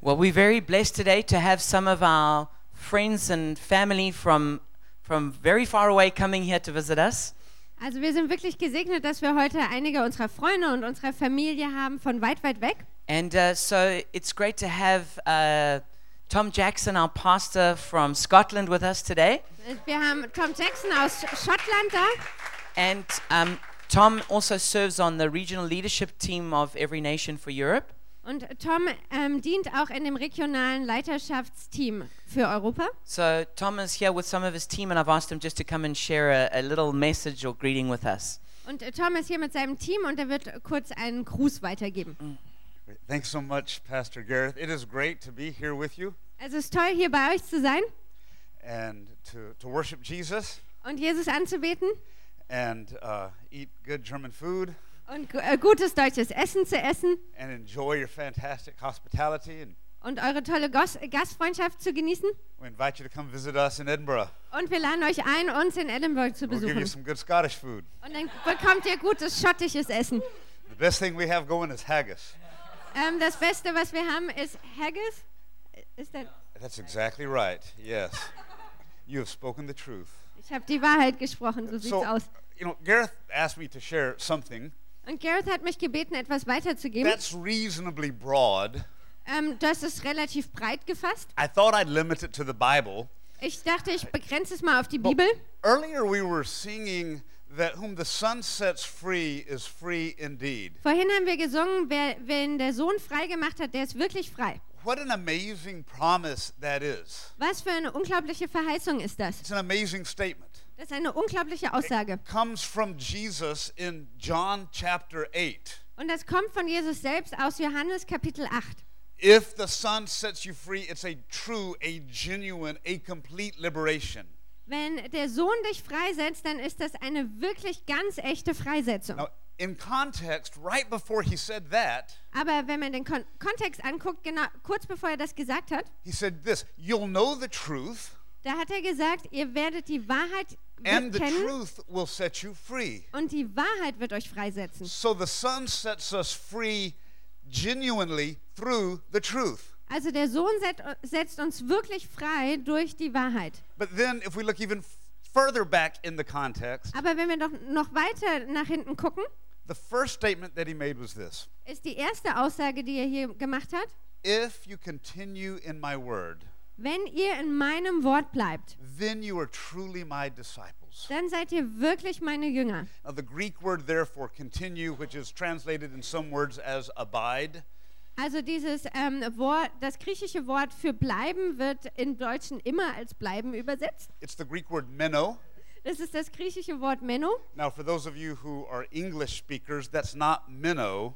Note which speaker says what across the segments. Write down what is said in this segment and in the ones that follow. Speaker 1: Well, we're very blessed today to have some of our friends and family from, from very far away coming here to visit us.
Speaker 2: Also wir sind wirklich gesegnet, dass wir heute einige unserer Freunde und unserer Familie haben von weit, weit weg.
Speaker 1: And uh, so it's great to have uh, Tom Jackson, our pastor from Scotland, with us today.
Speaker 2: Wir haben Tom Jackson aus Sch- Schottland da.
Speaker 1: And um, Tom also serves on the regional leadership team of Every Nation for Europe.
Speaker 2: Und Tom ähm, dient auch in dem regionalen Leiterschaftsteam für Europa.
Speaker 1: So Tom is here with some of his team, and I've asked him just to come and share a, a little message or greeting with us.
Speaker 2: Und äh, Tom ist hier mit seinem Team und er wird kurz einen Gruß weitergeben.
Speaker 3: Great. Thanks so much, Pastor Gareth. It is great to be here with you
Speaker 2: Also Es ist toll, hier bei euch zu sein
Speaker 3: and to, to worship Jesus
Speaker 2: und Jesus anzubeten
Speaker 3: and uh, eat good German food
Speaker 2: und gu- äh, gutes deutsches Essen zu essen
Speaker 3: and enjoy your fantastic hospitality. And
Speaker 2: und eure tolle Gos äh, Gastfreundschaft zu genießen.
Speaker 3: we invite you to come visit us in Edinburgh.
Speaker 2: Und wir laden euch ein, uns in Edinburgh zu
Speaker 3: We'll give you
Speaker 2: besuchen.
Speaker 3: some good Scottish food.
Speaker 2: Und dann bekommt ihr gutes schottisches Essen.
Speaker 3: The best thing we have going is haggis.
Speaker 2: Ähm, das Beste, was wir haben, ist Haggis. Ist das?
Speaker 3: That's exactly right. Yes. You have spoken the truth.
Speaker 2: Ich habe die Wahrheit gesprochen, so sieht's
Speaker 3: So,
Speaker 2: aus.
Speaker 3: you know, Gareth asked me to share something
Speaker 2: Und Gareth hat mich gebeten, etwas weiterzugeben.
Speaker 3: that's reasonably broad.
Speaker 2: Ähm, das ist relativ breit gefasst.
Speaker 3: I thought I'd limit it to the Bible.
Speaker 2: Ich dachte, ich begrenze es mal auf die Bibel.
Speaker 3: Earlier we were singing that whom the sun sets free is free indeed.
Speaker 2: Vorhin haben wir gesungen, wer, wenn der Sohn frei gemacht hat, der ist wirklich frei.
Speaker 3: What an amazing promise that is.
Speaker 2: Was für eine unglaubliche Verheißung ist das?
Speaker 3: It's an amazing statement.
Speaker 2: Das ist eine unglaubliche Aussage.
Speaker 3: Comes from Jesus in John chapter 8.
Speaker 2: Und das kommt von Jesus selbst aus Johannes Kapitel 8.
Speaker 3: If the sun sets you free, it's a true, a genuine, a complete liberation.
Speaker 2: Wenn der Sohn dich freisetzt, dann ist das eine wirklich ganz echte Freisetzung.
Speaker 3: Now, in context, right before he said that,
Speaker 2: Aber wenn man den Kon Kontext anguckt, genau kurz bevor er das gesagt hat,
Speaker 3: he said this You'll know the truth,
Speaker 2: da hat er gesagt, ihr werdet die Wahrheit
Speaker 3: and the
Speaker 2: kennen
Speaker 3: truth will set you free.
Speaker 2: und die Wahrheit wird euch freisetzen.
Speaker 3: So the Son sets us free genuinely through the truth.
Speaker 2: Also der Sohn set, setzt uns wirklich frei durch die Wahrheit.
Speaker 3: But then, if we look even f- further back in the context,
Speaker 2: Aber wenn wir doch noch weiter nach hinten gucken,
Speaker 3: the first statement that he made was this
Speaker 2: ist die erste Aussage, die er hier gemacht hat,
Speaker 3: If you continue in my word,
Speaker 2: wenn ihr in meinem Wort bleibt,
Speaker 3: then you are truly my disciples.
Speaker 2: dann seid ihr wirklich meine Jünger.
Speaker 3: Now, the Greek word, therefore, continue, which is translated in some words as abide,
Speaker 2: Also dieses ähm, Wort, das griechische Wort für bleiben wird im Deutschen immer als bleiben übersetzt.
Speaker 3: it's the Greek word meno.
Speaker 2: Das ist das griechische Wort Menno.
Speaker 3: Now, for those of you who are English speakers, that's not minnow,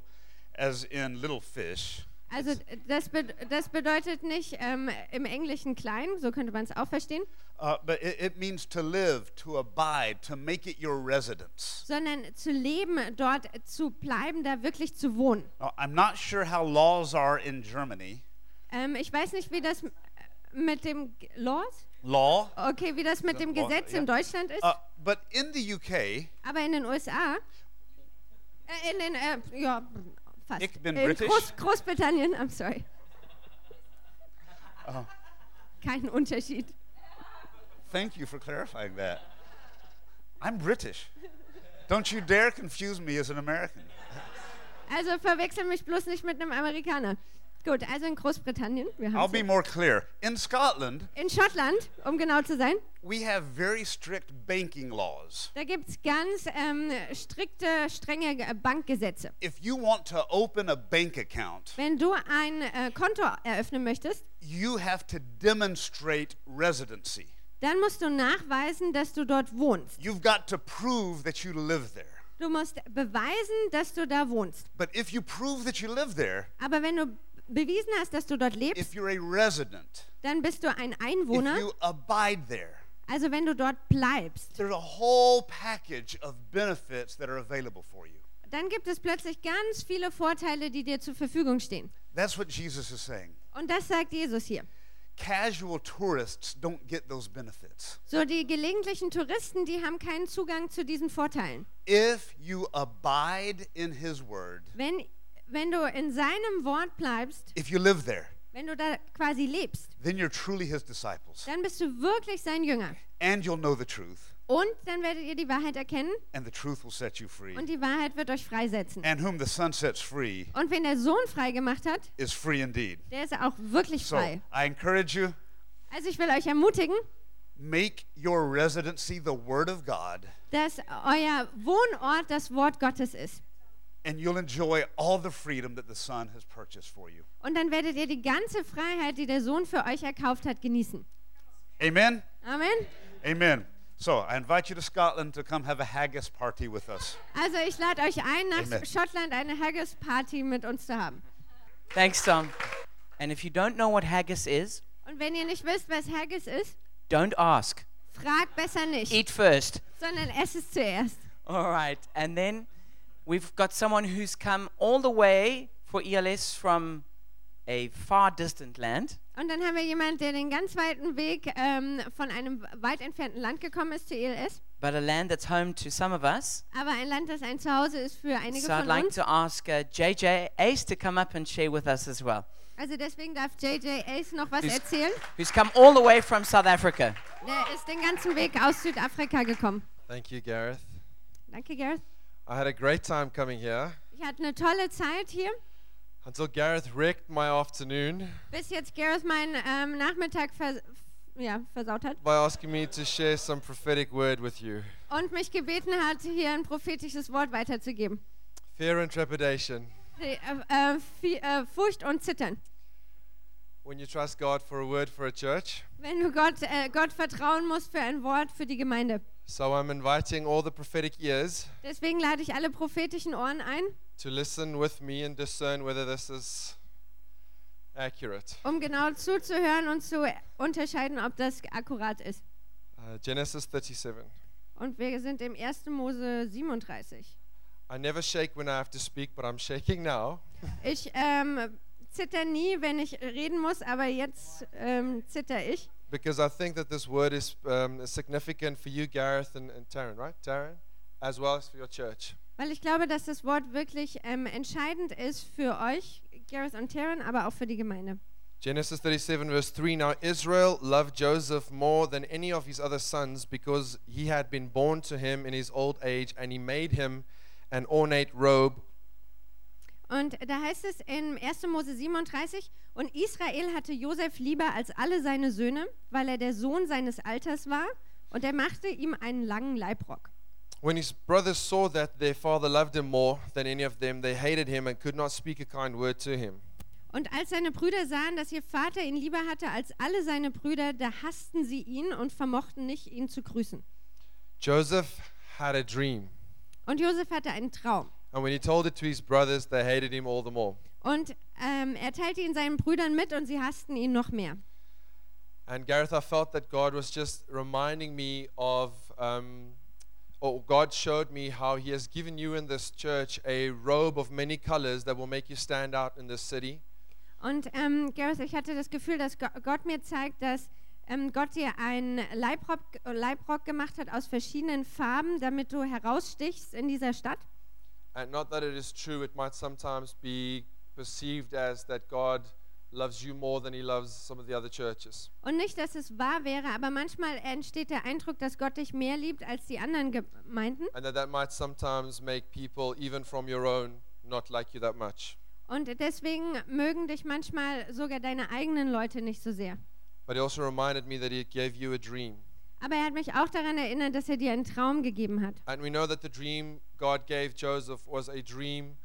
Speaker 3: as in little fish.
Speaker 2: Also d- das, be das bedeutet nicht ähm, im Englischen klein, so könnte man es auch verstehen,
Speaker 3: Uh, but it, it means to live, to abide, to make it your residence.
Speaker 2: sondern zu leben, dort zu bleiben, da wirklich zu wohnen.
Speaker 3: Now, I'm not sure how laws are in Germany.
Speaker 2: Ähm, ich weiß nicht, wie das m- mit dem G- Laws,
Speaker 3: Law?
Speaker 2: okay, wie das mit dem
Speaker 3: Law,
Speaker 2: Gesetz
Speaker 3: ja.
Speaker 2: in Deutschland ist,
Speaker 3: Uh, but in the UK,
Speaker 2: aber in den USA, äh, in den, äh, ja, fast.
Speaker 3: Ich bin
Speaker 2: in
Speaker 3: British.
Speaker 2: Groß Großbritannien, I'm sorry. Kein Unterschied.
Speaker 3: thank you for clarifying that. I'm British. Don't you dare confuse me as an American.
Speaker 2: Also verwechsel mich bloß nicht mit einem Amerikaner. Gut, also in Großbritannien. Wir
Speaker 3: I'll
Speaker 2: haben's
Speaker 3: be
Speaker 2: ja.
Speaker 3: more clear. In Scotland,
Speaker 2: in Schottland, um genau zu sein.
Speaker 3: we have very strict banking laws.
Speaker 2: Da gibt es ganz ähm, strikte, strenge äh, Bankgesetze.
Speaker 3: If you want to open a bank account,
Speaker 2: Wenn du ein äh, Konto eröffnen möchtest,
Speaker 3: you have to demonstrate residency.
Speaker 2: dann musst du nachweisen, dass du dort wohnst.
Speaker 3: You've got to prove that you live there.
Speaker 2: Du musst beweisen, dass du da wohnst.
Speaker 3: But if you prove that you live there,
Speaker 2: Aber wenn du bewiesen hast, dass du dort lebst,
Speaker 3: if you're a resident,
Speaker 2: dann bist du ein
Speaker 3: if
Speaker 2: Einwohner.
Speaker 3: you abide there,
Speaker 2: Also wenn du dort bleibst,
Speaker 3: there's a whole package of benefits that are available for you.
Speaker 2: dann gibt es plötzlich ganz viele Vorteile, die dir zur Verfügung stehen.
Speaker 3: That's what Jesus is saying.
Speaker 2: Und das sagt Jesus hier.
Speaker 3: Casual tourists don't get those benefits.
Speaker 2: So, die gelegentlichen Touristen, die haben keinen Zugang zu diesen Vorteilen.
Speaker 3: If you abide in His Word,
Speaker 2: Wenn, wenn du in seinem Wort bleibst,
Speaker 3: if you live there,
Speaker 2: Wenn du da quasi lebst,
Speaker 3: then you're truly his disciples.
Speaker 2: dann bist du wirklich sein Jünger.
Speaker 3: And you'll know the truth,
Speaker 2: Und dann werdet ihr die Wahrheit erkennen
Speaker 3: and the truth will set you free.
Speaker 2: und die Wahrheit wird euch freisetzen.
Speaker 3: And whom the Son sets free
Speaker 2: Und wenn der Sohn frei gemacht hat,
Speaker 3: is free indeed.
Speaker 2: der ist auch wirklich
Speaker 3: So
Speaker 2: frei.
Speaker 3: I encourage you
Speaker 2: Also ich will euch ermutigen,
Speaker 3: make your residency the Word of God,
Speaker 2: dass euer Wohnort das Wort Gottes ist.
Speaker 3: and you'll enjoy all the freedom that the Son has purchased for you.
Speaker 2: Und dann werdet ihr die ganze Freiheit, die der Sohn für euch erkauft hat, genießen.
Speaker 3: Amen?
Speaker 2: Amen.
Speaker 3: Amen. So I invite you to Scotland to come have a haggis party with us.
Speaker 2: Also ich lade euch ein, nach
Speaker 3: Amen.
Speaker 2: Schottland eine Haggis-Party mit uns zu haben.
Speaker 1: Thanks, Tom. And if you don't know what haggis is,
Speaker 2: Und wenn ihr nicht wisst, was Haggis ist,
Speaker 1: don't ask.
Speaker 2: fragt besser nicht,
Speaker 1: Eat first.
Speaker 2: sondern esst es zuerst.
Speaker 1: All right. And then we've got someone who's come all the way for ELS from a far distant land.
Speaker 2: Und dann haben wir jemanden, der den ganz weiten Weg ähm, von einem weit entfernten Land gekommen ist zur ELS,
Speaker 1: but a land that's home to some of us.
Speaker 2: aber ein Land, das ein Zuhause ist für einige
Speaker 1: So I'd
Speaker 2: von
Speaker 1: like
Speaker 2: uns.
Speaker 1: to ask uh, JJ Ace to come up and share with us as well,
Speaker 2: Also deswegen darf JJ Ace noch was
Speaker 1: Ist-
Speaker 2: erzählen.
Speaker 1: who's come all the way from South Africa.
Speaker 2: Der ist den ganzen Weg aus Südafrika gekommen.
Speaker 4: Thank you, Gareth.
Speaker 2: Danke, Gareth.
Speaker 4: I had a great time coming here
Speaker 2: Ich hatte eine tolle Zeit hier,
Speaker 4: until Gareth wrecked my afternoon
Speaker 2: bis jetzt Gareth meinen ähm, Nachmittag vers ja, versaut hat
Speaker 4: by asking me to share some prophetic word with you.
Speaker 2: und mich gebeten hat, hier ein prophetisches Wort weiterzugeben.
Speaker 4: Fear and trepidation.
Speaker 2: Äh, äh, Fie- äh, Furcht und Zittern.
Speaker 4: When you trust God for a word for a church.
Speaker 2: Wenn du Gott, äh, Gott vertrauen musst für ein Wort für die Gemeinde.
Speaker 4: So I'm inviting all the prophetic ears
Speaker 2: Deswegen lade ich alle prophetischen Ohren ein,
Speaker 4: to listen with me and discern whether this is accurate.
Speaker 2: um genau zuzuhören und zu unterscheiden, ob das akkurat ist.
Speaker 4: Uh, Genesis 37.
Speaker 2: Und wir sind im 1. Mose 37.
Speaker 4: I never shake when I have to speak, but I'm shaking now.
Speaker 2: Ich ähm, zitter nie, wenn ich reden muss, aber jetzt ähm, zitter ich,
Speaker 4: because I think that this word is um, is significant for you, Gareth and, and Taryn, right? Taryn, as well as for your church.
Speaker 2: weil ich glaube, dass das Wort wirklich ähm, entscheidend ist für euch, Gareth und Taryn, aber auch für die Gemeinde.
Speaker 4: Genesis 37, verse 3 Now Israel loved Joseph more than any of his other sons because he had been born to him in his old age, and he made him an ornate robe.
Speaker 2: Und da heißt es in 1. Mose 37, und Israel hatte Josef lieber als alle seine Söhne, weil er der Sohn seines Alters war, und er machte ihm einen langen Leibrock.
Speaker 4: When his brothers saw that their father loved him more than any of them, they hated him and could not speak a kind word to him.
Speaker 2: Und als seine Brüder sahen, dass ihr Vater ihn lieber hatte als alle seine Brüder, da hassten sie ihn und vermochten nicht, ihn zu grüßen.
Speaker 4: Joseph had a dream,
Speaker 2: Und Josef hatte einen Traum.
Speaker 4: and when he told it to his brothers, they hated him all the more.
Speaker 2: Und ähm, er teilte ihn seinen Brüdern mit und sie hassten ihn noch mehr.
Speaker 4: And Gareth, I felt that God was just reminding me of, um, or God showed me how He has given you in this church a robe of many colors that will make you stand out in this city.
Speaker 2: Und ähm, Gareth, ich hatte das Gefühl, dass Go Gott mir zeigt, dass ähm, Gott dir einen Leibrock, Leibrock gemacht hat aus verschiedenen Farben, damit du herausstichst in dieser Stadt.
Speaker 4: And not that it is true, it might sometimes be perceived as that God loves you more than He loves some of the other churches.
Speaker 2: Und nicht, dass es wahr wäre, aber manchmal entsteht der Eindruck, dass Gott dich mehr liebt als die anderen Gemeinden.
Speaker 4: And that that might sometimes make people, even from your own, not like you that much.
Speaker 2: Und deswegen mögen dich manchmal sogar deine eigenen Leute nicht so sehr.
Speaker 4: But He also reminded me that He gave you a dream.
Speaker 2: Aber er hat mich auch daran erinnert, dass er dir einen Traum gegeben hat.
Speaker 4: And we know that the dream God gave Joseph was a dream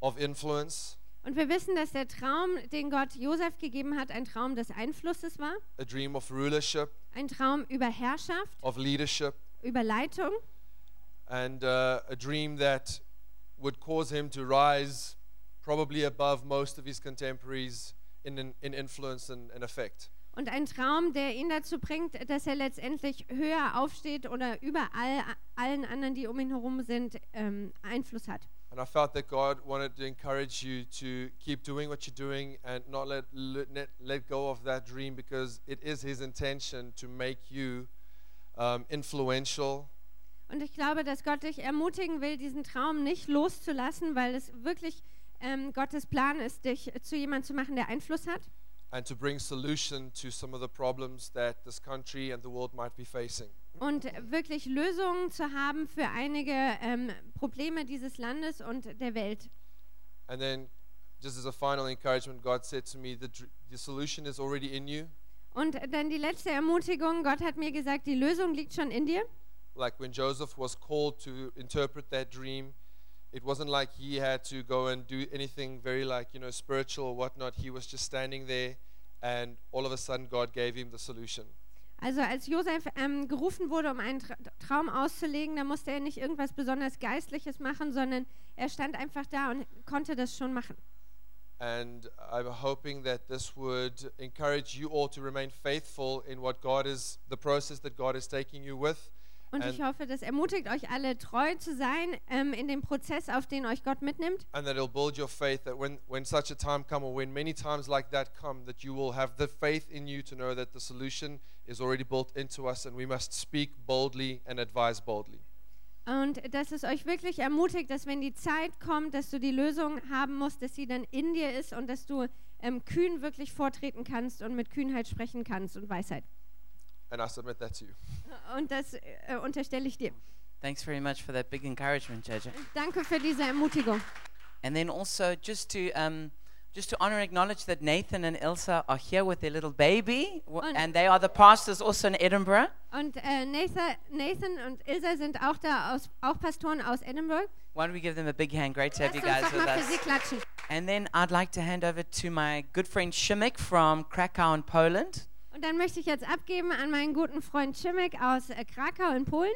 Speaker 4: of influence,
Speaker 2: Und wir wissen, dass der Traum, den Gott Josef gegeben hat, ein Traum des Einflusses war,
Speaker 4: a dream of rulership,
Speaker 2: ein Traum über Herrschaft,
Speaker 4: of leadership,
Speaker 2: über Leitung
Speaker 4: and uh, a dream that would cause him to rise probably above most of his contemporaries in, in, in influence and, and effect.
Speaker 2: und ein Traum, der ihn dazu bringt, dass er letztendlich höher aufsteht oder über all, allen anderen, die um ihn herum sind, ähm, Einfluss hat.
Speaker 4: And I felt that God wanted to encourage you to keep doing what you're doing and not let, let, let- let go of that dream because it is His intention to make you um, influential,
Speaker 2: Und ich glaube, dass Gott dich ermutigen will, diesen Traum nicht loszulassen, weil es wirklich ähm, Gottes Plan ist, dich zu jemandem zu machen, der Einfluss hat.
Speaker 4: and to bring solution to some of the problems that this country and the world might be facing.
Speaker 2: und wirklich Lösungen zu haben für einige ähm, Probleme dieses Landes und der Welt.
Speaker 4: And then, just as a final encouragement, God said to me, The, dr- the solution is already in you.
Speaker 2: Und dann die letzte Ermutigung, Gott hat mir gesagt, die Lösung liegt schon in dir.
Speaker 4: Like when Joseph was called to interpret that dream, it wasn't like he had to go and do anything very, like, you know, spiritual or whatnot. He was just standing there, and all of a sudden, God gave him the solution.
Speaker 2: Also als Josef ähm, gerufen wurde, um einen Tra Traum auszulegen, da musste er nicht irgendwas besonders Geistliches machen, sondern er stand einfach da und konnte das schon machen.
Speaker 4: And I'm hoping that this would encourage you all to remain faithful in what God is, the process that God is taking you with.
Speaker 2: Und
Speaker 4: And-
Speaker 2: ich hoffe, das ermutigt euch alle, treu zu sein ähm, in dem Prozess, auf den euch Gott mitnimmt.
Speaker 4: and that it'll build your faith that when, when such a time come or when many times like that come that you will have the faith in you to know that the solution is already built into us and we must speak boldly and advise boldly
Speaker 2: Und dass es euch wirklich ermutigt, dass wenn die Zeit kommt, dass du die Lösung haben musst, dass sie dann in dir ist und dass du ähm, kühn wirklich vortreten kannst und mit Kühnheit sprechen kannst und Weisheit.
Speaker 4: and i submit that to you
Speaker 2: Und das äh, unterstelle ich dir.
Speaker 1: Thanks very much for that big encouragement, Jaja.
Speaker 2: Danke für diese Ermutigung.
Speaker 1: And then also just to um, just to honor and acknowledge that Nathan and Elsa are here with their little baby, w-
Speaker 2: Oh, no.
Speaker 1: and they are the pastors also in Edinburgh.
Speaker 2: Und äh, Nathan, Nathan und Ilse sind auch da, aus, auch Pastoren aus Edinburgh.
Speaker 1: Why don't we give them a big hand? Great to have
Speaker 2: Lasst
Speaker 1: you guys
Speaker 2: uns doch
Speaker 1: with
Speaker 2: mal für
Speaker 1: us.
Speaker 2: sie klatschen.
Speaker 1: And then I'd like to hand over to my good friend Shimek from Krakow in Poland.
Speaker 2: Und dann möchte ich jetzt abgeben an meinen guten Freund Schimek aus äh, Krakau in Polen.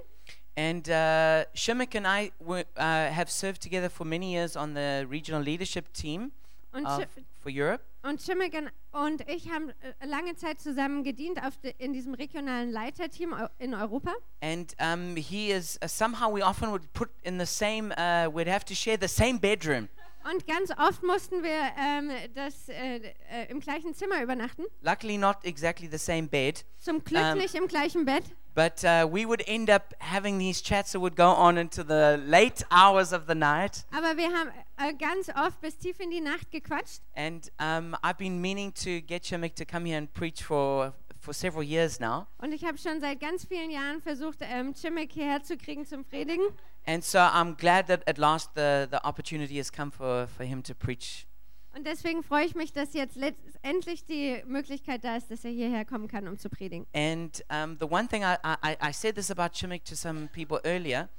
Speaker 1: And uh, Shimek and I were, uh, have served together for many years on the regional leadership team
Speaker 2: Und,
Speaker 1: of,
Speaker 2: Schi-
Speaker 1: for Europe.
Speaker 2: und Schimek und- und ich haben äh, lange Zeit zusammen gedient auf de, in diesem regionalen Leiterteam eu- in Europa.
Speaker 1: And um, he is uh, somehow we often would put in the same, uh, we'd have to share the same bedroom.
Speaker 2: Und ganz oft mussten wir ähm, das äh, äh, im gleichen Zimmer übernachten.
Speaker 1: Luckily, not exactly the same bed,
Speaker 2: Zum Glück
Speaker 1: Ähm,
Speaker 2: nicht im gleichen Bett.
Speaker 1: but uh, we would end up having these chats that would go on into the late hours of the night.
Speaker 2: Aber wir haben äh, ganz oft bis tief in die Nacht gequatscht.
Speaker 1: And um, I've been meaning to get Shemek to come here and preach for, for several years now.
Speaker 2: Und ich habe schon seit ganz vielen Jahren versucht, ähm, Chimek hierher zu kriegen zum Predigen.
Speaker 1: And so I'm glad that at last the, the opportunity has come for, for him to preach.
Speaker 2: Und deswegen freue ich mich, dass jetzt letztendlich die Möglichkeit da ist, dass er hierher kommen kann, um zu predigen.
Speaker 1: And um, the one thing I, I, I- I said this about Shemek to some people earlier.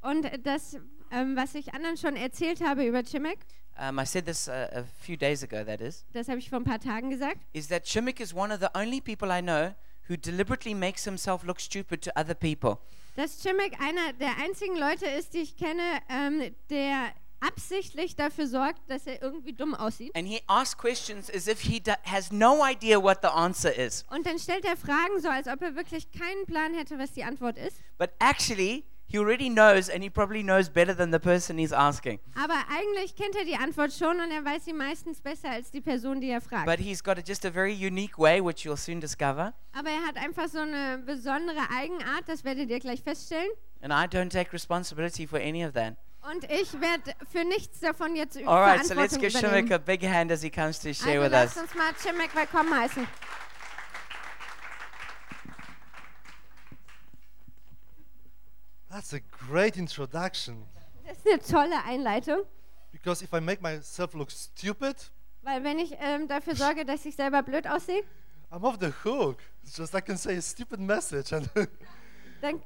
Speaker 2: Und das, ähm, was ich anderen schon erzählt habe über Chimek,
Speaker 1: Um, I said this uh, a few days ago, that is,
Speaker 2: das habe ich vor ein paar Tagen gesagt.
Speaker 1: is that Shemek is one of the only people I know who deliberately makes himself look stupid to other people.
Speaker 2: dass Chimek einer der einzigen Leute ist, die ich kenne, ähm, der absichtlich dafür sorgt, dass er irgendwie dumm aussieht.
Speaker 1: And he asks questions as if he do- has no idea what the answer is.
Speaker 2: Und dann stellt er Fragen so, als ob er wirklich keinen Plan hätte, was die Antwort ist.
Speaker 1: But actually, he already knows, and he probably knows better than the person he's asking.
Speaker 2: Aber eigentlich kennt er die Antwort schon und er weiß sie meistens besser als die Person, die er fragt.
Speaker 1: But he's got a, just a very unique way, which you'll soon discover.
Speaker 2: Aber er hat einfach so eine besondere Eigenart, das werdet ihr gleich feststellen.
Speaker 1: And I don't take responsibility for any of that.
Speaker 2: Und ich werde für nichts davon jetzt
Speaker 1: All right, so let's
Speaker 2: Verantwortung
Speaker 1: give Shemek
Speaker 2: übernehmen.
Speaker 1: a big hand as he comes to share
Speaker 2: Also
Speaker 1: with us.
Speaker 2: lasst uns mal Chimek willkommen heißen.
Speaker 5: That's a great introduction.
Speaker 2: Das ist eine tolle Einleitung,
Speaker 5: Because if I make myself look stupid,
Speaker 2: weil wenn ich ähm, dafür sorge, dass ich selber blöd aussehe,
Speaker 5: I'm off the hook. It's just I can say a stupid message and
Speaker 2: dann,
Speaker 5: yeah,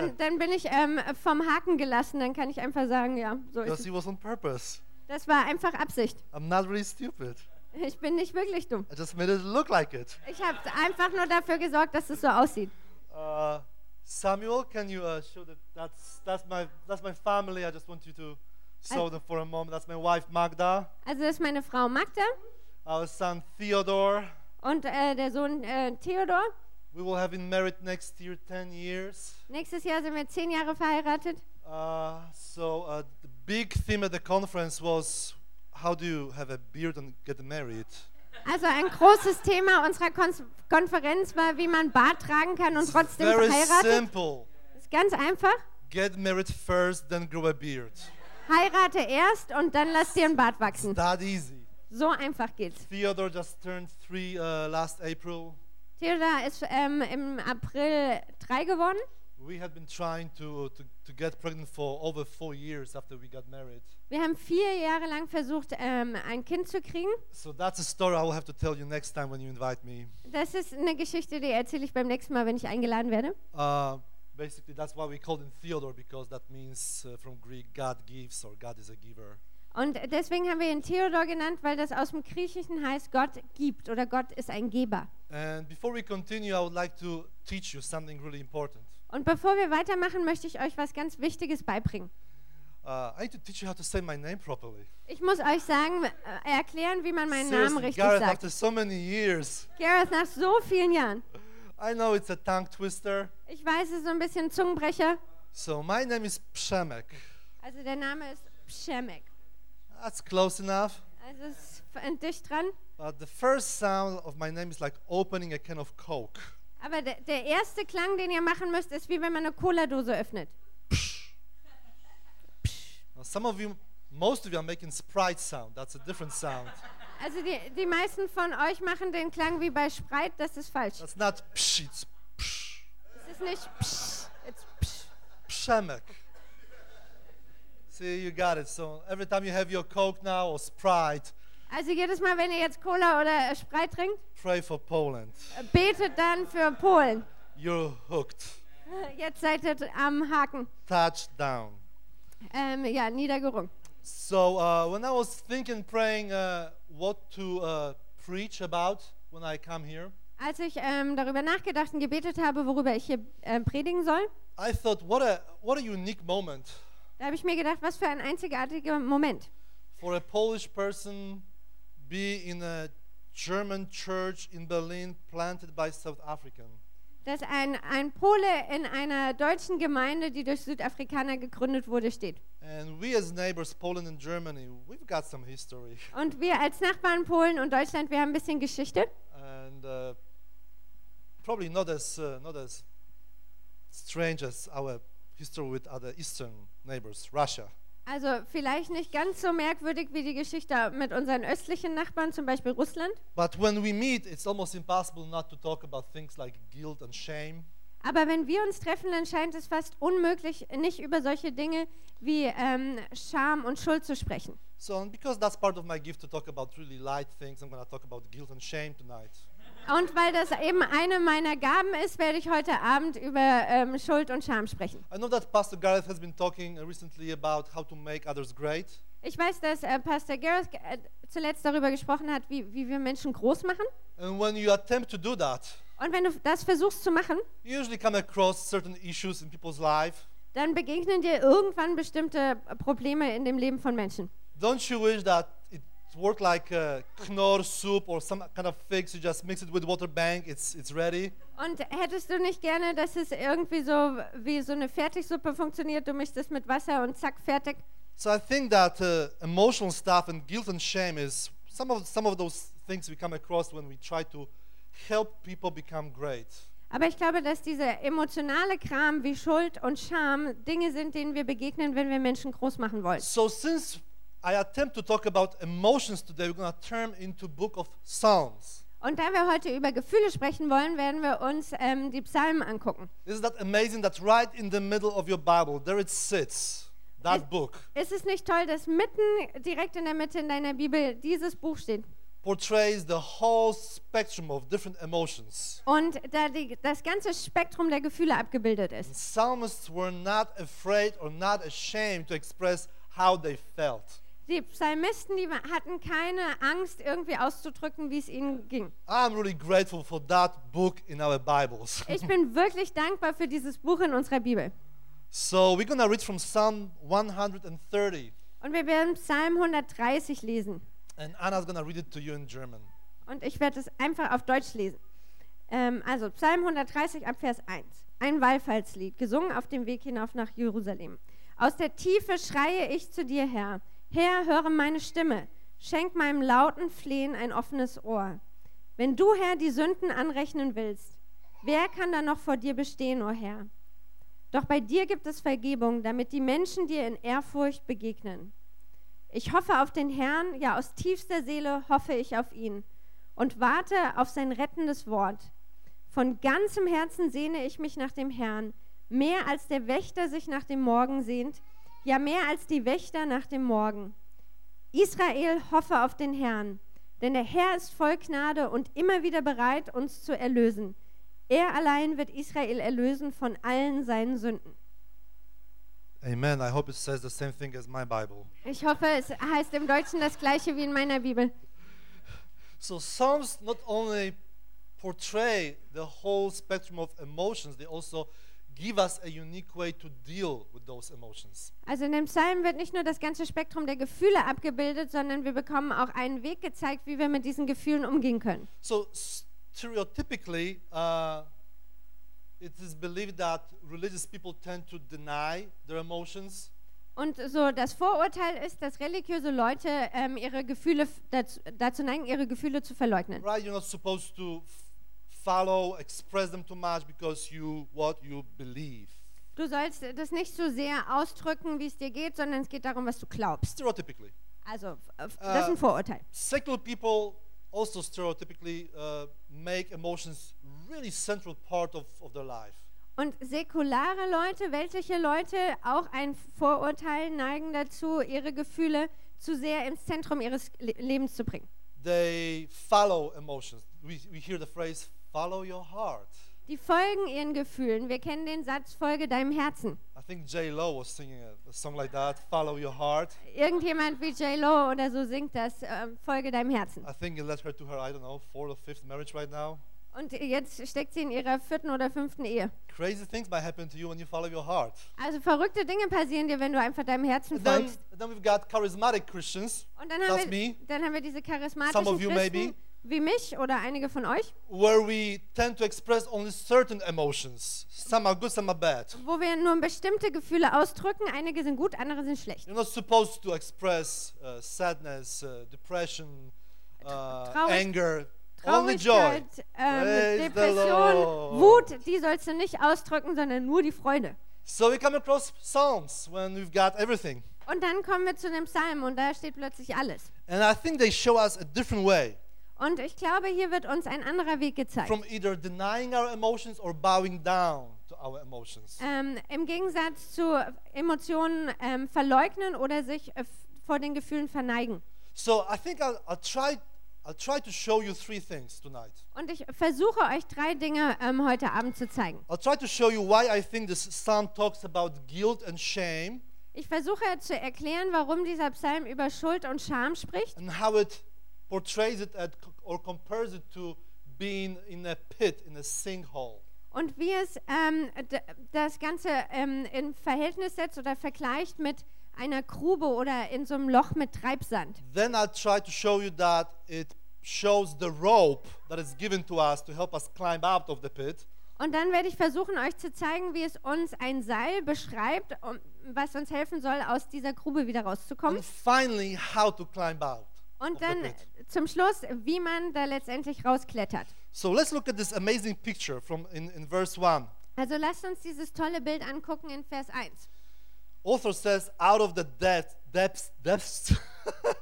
Speaker 2: dann, dann bin ich ähm, vom Haken gelassen. Dann kann ich einfach sagen, ja, so ist
Speaker 5: because
Speaker 2: es.
Speaker 5: it was on purpose.
Speaker 2: Das war einfach Absicht.
Speaker 5: I'm not really stupid.
Speaker 2: Ich bin nicht wirklich dumm.
Speaker 5: I just made it look like it.
Speaker 2: Ich habe einfach nur dafür gesorgt, dass es so aussieht.
Speaker 5: Uh, Samuel, can you uh, show that? That's that's my that's my family. I just want you to show them for a moment. That's my wife Magda,
Speaker 2: Also das ist meine Frau Magda
Speaker 5: our son Theodore.
Speaker 2: und äh, der Sohn äh, Theodor.
Speaker 5: We will have been married next year, 10 years.
Speaker 2: Nächstes Jahr sind wir zehn Jahre verheiratet.
Speaker 5: Uh, so uh, the big theme at the conference was how do you have a beard and get married?
Speaker 2: Also ein großes Thema unserer Kon Konferenz war, wie man Bart tragen kann und trotzdem
Speaker 5: Very
Speaker 2: verheiratet.
Speaker 5: simple.
Speaker 2: Ist ganz einfach.
Speaker 5: Get married first, then grow a beard.
Speaker 2: Heirate erst und dann lass dir einen Bart wachsen.
Speaker 5: That easy.
Speaker 2: So einfach geht's.
Speaker 5: Theodore just turned three uh, last April.
Speaker 2: Theodor ist ähm, im April drei geworden.
Speaker 5: We had been trying to, uh, to, to get pregnant for over four years after we got married.
Speaker 2: Wir haben vier Jahre lang versucht, ähm, ein Kind zu kriegen.
Speaker 5: So that's a story I will have to tell you next time when you invite me.
Speaker 2: Das ist eine Geschichte, die erzähle ich beim nächsten Mal, wenn ich eingeladen werde.
Speaker 5: Uh, basically, that's why we called him Theodore because that means uh, from Greek God gives or God is a giver.
Speaker 2: Und deswegen haben wir ihn Theodor genannt, weil das aus dem Griechischen heißt, Gott gibt oder Gott ist ein Geber.
Speaker 5: And before we continue, I would like to teach you something really important.
Speaker 2: Und bevor wir weitermachen, möchte ich euch was ganz Wichtiges beibringen.
Speaker 5: Uh, I need to teach you how to say my name properly.
Speaker 2: Ich muss euch sagen, äh, erklären, wie man meinen Namen
Speaker 5: Seriously,
Speaker 2: richtig
Speaker 5: Gareth,
Speaker 2: sagt.
Speaker 5: after so many years,
Speaker 2: Gareth, nach so vielen Jahren.
Speaker 5: I know it's a tongue twister.
Speaker 2: Ich weiß, es ist so ein bisschen Zungenbrecher.
Speaker 5: So my name is Przemek.
Speaker 2: Also der Name ist Pschemek.
Speaker 5: That's close enough.
Speaker 2: Also es ist f- dicht dran.
Speaker 5: But the first sound of my name is like opening a can of Coke.
Speaker 2: Aber der, der erste Klang, den ihr machen müsst, ist wie wenn man eine Cola-Dose öffnet.
Speaker 5: Now some of you, most of you are making Sprite sound. That's a different sound.
Speaker 2: Also die, die meisten von euch machen den Klang wie bei Sprite, das ist falsch.
Speaker 5: That's not psh, it's psh.
Speaker 2: Es ist nicht psch, it's psch.
Speaker 5: Przemek. See, you got it. So every time you have your Coke now or Sprite,
Speaker 2: Also jedes Mal, wenn ihr jetzt Cola oder äh, Sprite trinkt,
Speaker 5: pray for Poland.
Speaker 2: äh, betet dann für Polen.
Speaker 5: You're hooked.
Speaker 2: Jetzt seid ihr am Haken.
Speaker 5: Touchdown.
Speaker 2: Ähm, ja, niedergerungen.
Speaker 5: So uh, when I was thinking, praying, uh, what to uh, preach about when I come here,
Speaker 2: Als ich ähm, darüber nachgedacht und gebetet habe, worüber ich hier äh, predigen soll,
Speaker 5: I thought, what a what a unique moment
Speaker 2: da habe ich mir gedacht, was für ein einzigartiger Moment.
Speaker 5: for a Polish person be in a German church in Berlin planted by South African.
Speaker 2: Dass ein, ein Pole in einer deutschen Gemeinde, die durch Südafrikaner gegründet wurde, steht.
Speaker 5: And we as neighbors, Poland and Germany, we've got some history.
Speaker 2: Und wir als Nachbarn Polen und Deutschland, wir haben ein bisschen Geschichte.
Speaker 5: and uh, probably not as uh, not as strange as our history with other Eastern neighbors, Russia.
Speaker 2: Also vielleicht nicht ganz so merkwürdig wie die Geschichte mit unseren östlichen Nachbarn, zum Beispiel Russland.
Speaker 5: But when we meet, it's almost impossible not to talk about things like guilt and shame,
Speaker 2: Aber wenn wir uns treffen, dann scheint es fast unmöglich, nicht über solche Dinge wie ähm, Scham und Schuld zu sprechen.
Speaker 5: So, and because that's part of my gift to talk about really light things, I'm going to talk about guilt and shame tonight.
Speaker 2: Und weil das eben eine meiner Gaben ist, werde ich heute Abend über ähm, Schuld und Scham sprechen.
Speaker 5: I know that Pastor Gareth has been talking uh, recently about how to make others great,
Speaker 2: Ich weiß, dass äh, Pastor Gareth äh, zuletzt darüber gesprochen hat, wie, wie wir Menschen groß machen.
Speaker 5: and when you attempt to do that,
Speaker 2: Und wenn du das versuchst zu machen,
Speaker 5: you usually come across certain issues in people's life.
Speaker 2: dann begegnen dir irgendwann bestimmte äh, Probleme in dem Leben von Menschen.
Speaker 5: Don't you wish that it worked like a knorr soup or some kind of fix? You just mix it with water bank, it's, it's ready.
Speaker 2: Und hättest du nicht gerne, dass es irgendwie so wie so eine Fertigsuppe funktioniert? Du mischst es mit Wasser und zack, fertig.
Speaker 5: So I think that uh, emotional stuff and guilt and shame is some of, some of those things we come across when we try to help people become great.
Speaker 2: Aber ich glaube, dass dieser emotionale Kram wie Schuld und Scham Dinge sind, denen wir begegnen, wenn wir Menschen groß machen wollen.
Speaker 5: So since I attempt to talk about emotions today, we're going to turn into book of Psalms.
Speaker 2: Und da wir heute über Gefühle sprechen wollen, werden wir uns ähm, die Psalmen angucken.
Speaker 5: Isn't that amazing that right in the middle of your Bible, there it sits, that book,
Speaker 2: Ist es nicht toll, dass mitten direkt in der Mitte in deiner Bibel dieses Buch steht?
Speaker 5: portrays the whole spectrum of different emotions.
Speaker 2: Und da die, das ganze Spektrum der Gefühle abgebildet ist.
Speaker 5: psalmists were not afraid or not ashamed to express how they felt.
Speaker 2: Die Psalmisten, die hatten keine Angst, irgendwie auszudrücken, wie es ihnen ging.
Speaker 5: I'm really grateful for that book in our Bibles.
Speaker 2: Ich bin wirklich dankbar für dieses Buch in unserer Bibel.
Speaker 5: so we're going to read from Psalm 130,
Speaker 2: Und wir werden Psalm 130 lesen.
Speaker 5: and Anna's going to read it to you in German.
Speaker 2: Und ich werde es einfach auf Deutsch lesen. Ähm, also Psalm 130 ab Vers 1. Ein Wallfahrtslied, gesungen auf dem Weg hinauf nach Jerusalem. Aus der Tiefe schreie ich zu dir, Herr. Herr, höre meine Stimme. Schenk meinem lauten Flehen ein offenes Ohr. Wenn du, Herr, die Sünden anrechnen willst, wer kann da noch vor dir bestehen, o Herr? Doch bei dir gibt es Vergebung, damit die Menschen dir in Ehrfurcht begegnen. Ich hoffe auf den Herrn, ja aus tiefster Seele hoffe ich auf ihn und warte auf sein rettendes Wort. Von ganzem Herzen sehne ich mich nach dem Herrn, mehr als der Wächter sich nach dem Morgen sehnt, ja mehr als die Wächter nach dem Morgen. Israel hoffe auf den Herrn, denn der Herr ist voll Gnade und immer wieder bereit, uns zu erlösen. Er allein wird Israel erlösen von allen seinen Sünden.
Speaker 5: Amen. I hope it says the same thing as my Bible.
Speaker 2: Ich hoffe, es heißt im Deutschen das gleiche wie in meiner Bibel.
Speaker 5: So Psalms not only portray the whole spectrum of emotions, they also give us a unique way to deal with those emotions.
Speaker 2: Also in dem Psalm wird nicht nur das ganze Spektrum der Gefühle abgebildet, sondern wir bekommen auch einen Weg gezeigt, wie wir mit diesen Gefühlen umgehen können.
Speaker 5: So stereotypically, uh, it is believed that religious people tend to deny their emotions.
Speaker 2: Und so das Vorurteil ist, dass religiöse Leute ähm, ihre Gefühle f- dazu, dazu neigen, ihre Gefühle zu verleugnen.
Speaker 5: Right? You're not supposed to f- follow, express them too much because you what you believe.
Speaker 2: Du sollst das nicht so sehr ausdrücken, wie es dir geht, sondern es geht darum, was du glaubst.
Speaker 5: Stereotypically,
Speaker 2: Also f- das ist ein
Speaker 5: Äh,
Speaker 2: Vorurteil.
Speaker 5: secular people also stereotypically uh, make emotions really central part of, of their life.
Speaker 2: Und säkulare Leute, weltliche Leute, auch ein Vorurteil neigen dazu, ihre Gefühle zu sehr ins Zentrum ihres Le Lebens zu bringen.
Speaker 5: They follow emotions. We, we hear the phrase "follow your heart."
Speaker 2: Die folgen ihren Gefühlen. Wir kennen den Satz Folge deinem Herzen.
Speaker 5: I think J Lo was singing a, a song like that, "Follow Your Heart."
Speaker 2: Irgendjemand wie J Lo oder so singt das äh, Folge deinem Herzen.
Speaker 5: I think it led her to her, I don't know, fourth or fifth marriage right now.
Speaker 2: Und jetzt steckt sie in ihrer vierten oder fünften Ehe.
Speaker 5: Crazy things might happen to you when you follow your heart.
Speaker 2: Also verrückte Dinge passieren dir, wenn du einfach deinem Herzen
Speaker 5: And then,
Speaker 2: folgst.
Speaker 5: then we've got charismatic Christians
Speaker 2: Und dann
Speaker 5: that's
Speaker 2: haben,
Speaker 5: me.
Speaker 2: wir, dann haben wir diese charismatischen
Speaker 5: Some of you
Speaker 2: Christen
Speaker 5: maybe.
Speaker 2: wie mich oder einige von euch,
Speaker 5: where we tend to express only certain emotions. Some are good, some are bad.
Speaker 2: wo wir nur bestimmte Gefühle ausdrücken. Einige sind gut, andere sind schlecht.
Speaker 5: You're not supposed to express uh, sadness, uh, depression, uh,
Speaker 2: Traurig-
Speaker 5: anger, only joy.
Speaker 2: Traurigkeit, ähm,
Speaker 5: Praise the Lord.
Speaker 2: Depression, Wut, die sollst du nicht ausdrücken, sondern nur die Freude.
Speaker 5: So we come across Psalms when we've got everything.
Speaker 2: Und dann kommen wir zu dem Psalm und da steht plötzlich alles.
Speaker 5: And I think they show us a different way
Speaker 2: Und ich glaube, hier wird uns ein anderer Weg gezeigt.
Speaker 5: from either denying our emotions or bowing down to our emotions.
Speaker 2: Ähm, Im Gegensatz zu Emotionen ähm, verleugnen oder sich äh, f- vor den Gefühlen verneigen.
Speaker 5: So I think I'll, I'll try. I'll try to show you three things tonight.
Speaker 2: Und ich versuche euch drei Dinge ähm, heute Abend zu zeigen.
Speaker 5: I'll try to show you why I think this psalm talks about guilt and shame
Speaker 2: Ich versuche zu erklären, warum dieser Psalm über Schuld und Scham spricht
Speaker 5: and how it portrays it at, or compares it to being in a pit, in a sinkhole.
Speaker 2: und wie es ähm, d- das Ganze ähm, in Verhältnis setzt oder vergleicht mit einer Grube oder in so einem Loch mit Treibsand.
Speaker 5: Then I'll try to show you that it shows the rope that is given to us to help us climb out of the pit.
Speaker 2: Und dann werde ich versuchen, euch zu zeigen, wie es uns ein Seil beschreibt, um, was uns helfen soll, aus dieser Grube wieder rauszukommen.
Speaker 5: And finally, how to climb out. of
Speaker 2: Und
Speaker 5: the
Speaker 2: dann
Speaker 5: pit.
Speaker 2: zum Schluss, wie man da letztendlich rausklettert.
Speaker 5: So let's look at this amazing picture from in, in verse 1.
Speaker 2: Also lasst uns dieses tolle Bild angucken in Vers 1.
Speaker 5: Author says, out of the depth, depths, depths,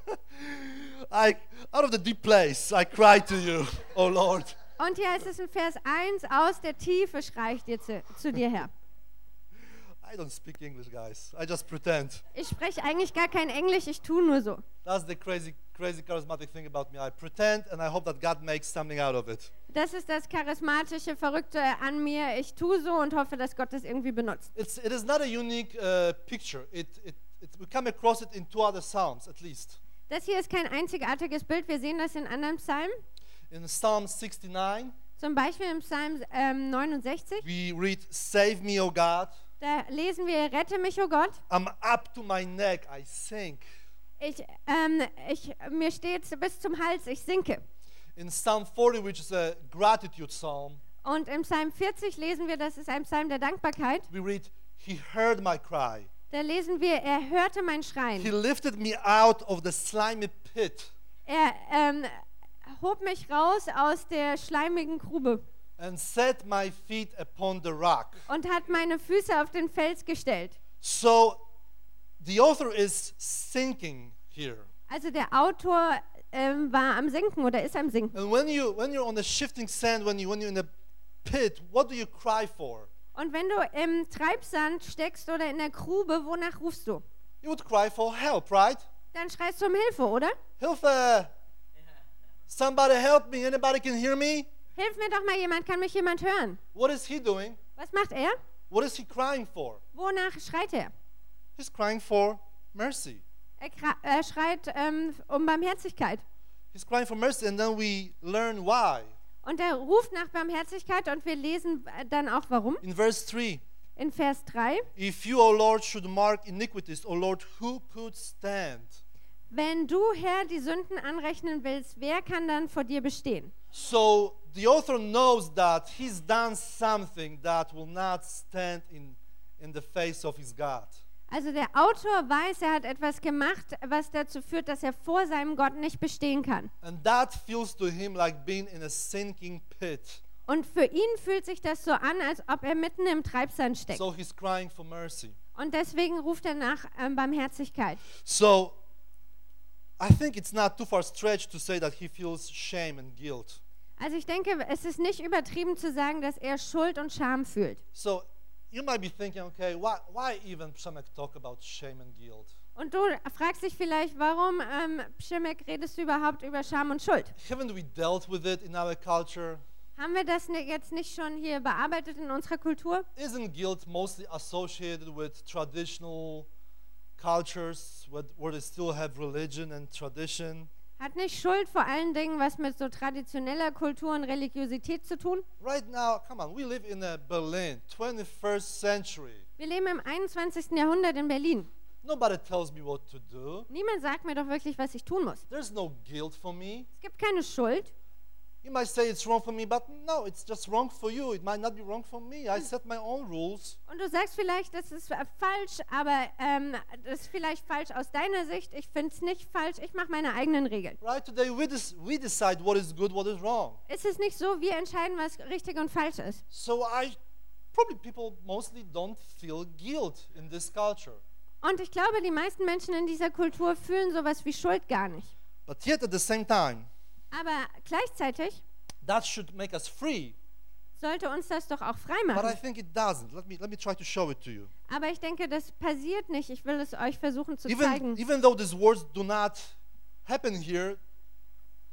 Speaker 5: I, out of the deep place, I cry to you, oh Lord.
Speaker 2: Und hier heißt es in Vers 1, aus der Tiefe schrei ich dir zu, zu dir her.
Speaker 5: I don't speak English, guys. I just pretend.
Speaker 2: Ich spreche eigentlich gar kein Englisch, ich tue nur so.
Speaker 5: That's the crazy, crazy charismatic thing about me. I pretend, and I hope that God makes something out of it.
Speaker 2: Das ist das charismatische, verrückte an mir. Ich tue so und hoffe, dass Gott das irgendwie benutzt.
Speaker 5: It's, it is not a unique uh, picture. It, it, it, we come across it in two other psalms, at least.
Speaker 2: Das hier ist kein einzigartiges Bild. Wir sehen das in anderen Psalmen.
Speaker 5: In Psalm 69,
Speaker 2: Zum Beispiel im Psalm ähm, 69.
Speaker 5: we read, "Save me, O God.
Speaker 2: Da lesen wir, rette mich, o Gott.
Speaker 5: I'm up to my neck. I sink."
Speaker 2: Ich, ähm, ich, mir steht bis zum Hals, ich sinke.
Speaker 5: In Psalm 40, which is a gratitude psalm,
Speaker 2: Und im Psalm 40 lesen wir, das ist ein Psalm der Dankbarkeit.
Speaker 5: we read, "He heard my cry.
Speaker 2: Da lesen wir, er hörte mein
Speaker 5: He
Speaker 2: Schreien.
Speaker 5: lifted me out of the slimy pit."
Speaker 2: Er ähm, hob mich raus aus der schleimigen Grube
Speaker 5: and set my feet upon the rock.
Speaker 2: und hat meine Füße auf den Fels gestellt.
Speaker 5: So the author is sinking here.
Speaker 2: Also der Autor ähm, war am Sinken oder ist am Sinken.
Speaker 5: And when you when you're on the shifting sand, when you when you're in the pit, what do you cry for?
Speaker 2: Und wenn du im Treibsand steckst oder in der Grube, wonach rufst du?
Speaker 5: You would cry for help, right?
Speaker 2: Dann schreist du um Hilfe, oder?
Speaker 5: Hilfe! Somebody help me! Anybody can hear me?
Speaker 2: Hilf mir doch mal jemand, kann mich jemand hören?
Speaker 5: What is he doing?
Speaker 2: Was macht er?
Speaker 5: What is he crying for?
Speaker 2: Wonach schreit er?
Speaker 5: He's crying for mercy.
Speaker 2: Er, kra- er schreit ähm, um Barmherzigkeit.
Speaker 5: He's crying for mercy, and then we learn why.
Speaker 2: Und er ruft nach Barmherzigkeit und wir lesen äh, dann auch warum.
Speaker 5: In verse 3,
Speaker 2: In Vers 3.
Speaker 5: if you, O Lord, should mark iniquities, O Lord, who could stand?
Speaker 2: Wenn du, Herr, die Sünden anrechnen willst, wer kann dann vor dir bestehen?
Speaker 5: So the author knows that he's done something that will not stand in, in the face of his God.
Speaker 2: Also der Autor weiß, er hat etwas gemacht, was dazu führt, dass er vor seinem Gott nicht bestehen kann.
Speaker 5: And that feels to him like being in a sinking pit.
Speaker 2: Und für ihn fühlt sich das so an, als ob er mitten im Treibsand steckt.
Speaker 5: So he's crying for mercy.
Speaker 2: Und deswegen ruft er nach ähm, Barmherzigkeit.
Speaker 5: So I think it's not too far stretched to say that he feels shame and guilt.
Speaker 2: Also ich denke, es ist nicht übertrieben zu sagen, dass er Schuld und Scham fühlt.
Speaker 5: So you might be thinking, okay, why, why even Przemek talk about shame and guilt?
Speaker 2: Und du fragst dich vielleicht, warum, ähm, Schimek, redest du überhaupt über Scham und Schuld?
Speaker 5: Haven't we dealt with it in our culture?
Speaker 2: Haben wir das ni- jetzt nicht schon hier bearbeitet in unserer Kultur?
Speaker 5: Isn't guilt mostly associated with traditional cultures where, where they still have religion and tradition?
Speaker 2: Hat nicht Schuld vor allen Dingen was mit so traditioneller Kultur und Religiosität zu tun?
Speaker 5: Right now, come on, we live in a Berlin, 21st century.
Speaker 2: Wir leben im 21. Jahrhundert in Berlin.
Speaker 5: Nobody tells me what to do.
Speaker 2: Niemand sagt mir doch wirklich, was ich tun muss.
Speaker 5: There's no guilt for me.
Speaker 2: Es gibt keine Schuld.
Speaker 5: You might say it's wrong for me, but no, it's just wrong for you. It might not be wrong for me. I set my own rules.
Speaker 2: Und du sagst vielleicht, das ist äh, falsch, aber ähm, das ist vielleicht falsch aus deiner Sicht. Ich finde es nicht falsch. Ich mache meine eigenen Regeln.
Speaker 5: Right today, we, des- we decide what is good, what is wrong.
Speaker 2: Ist es nicht so, wir entscheiden, was richtig und falsch ist?
Speaker 5: So I probably people mostly don't feel guilt in this culture.
Speaker 2: Und ich glaube, die meisten Menschen in dieser Kultur fühlen sowas wie Schuld gar nicht.
Speaker 5: But yet at the same time,
Speaker 2: Aber gleichzeitig
Speaker 5: that should make us free.
Speaker 2: sollte uns das doch auch frei
Speaker 5: But I
Speaker 2: machen.
Speaker 5: think it doesn't. Let me let me try to show it to you.
Speaker 2: Aber ich denke, das passiert nicht. Ich will es euch versuchen zu
Speaker 5: Even
Speaker 2: zeigen.
Speaker 5: even though these words do not happen here,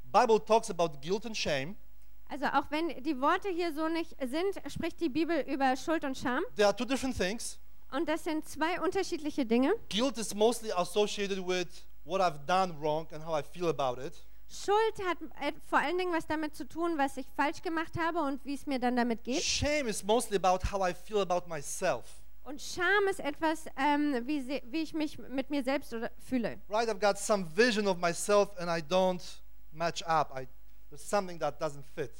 Speaker 5: Bible talks about guilt and shame.
Speaker 2: Also auch wenn die Worte hier so nicht sind, spricht die Bibel über Schuld und Scham.
Speaker 5: There are two different things.
Speaker 2: Und das sind zwei unterschiedliche Dinge.
Speaker 5: Guilt is mostly associated with what I've done wrong and how I feel about it.
Speaker 2: Schuld hat äh, vor allen Dingen was damit zu tun, was ich falsch gemacht habe und wie es mir dann damit geht.
Speaker 5: Shame is mostly about how I feel about myself.
Speaker 2: Und Scham ist etwas, ähm, wie, se- wie ich mich mit mir selbst oder fühle.
Speaker 5: right i've got some vision of myself and i don't match up I, there's something that doesn't fit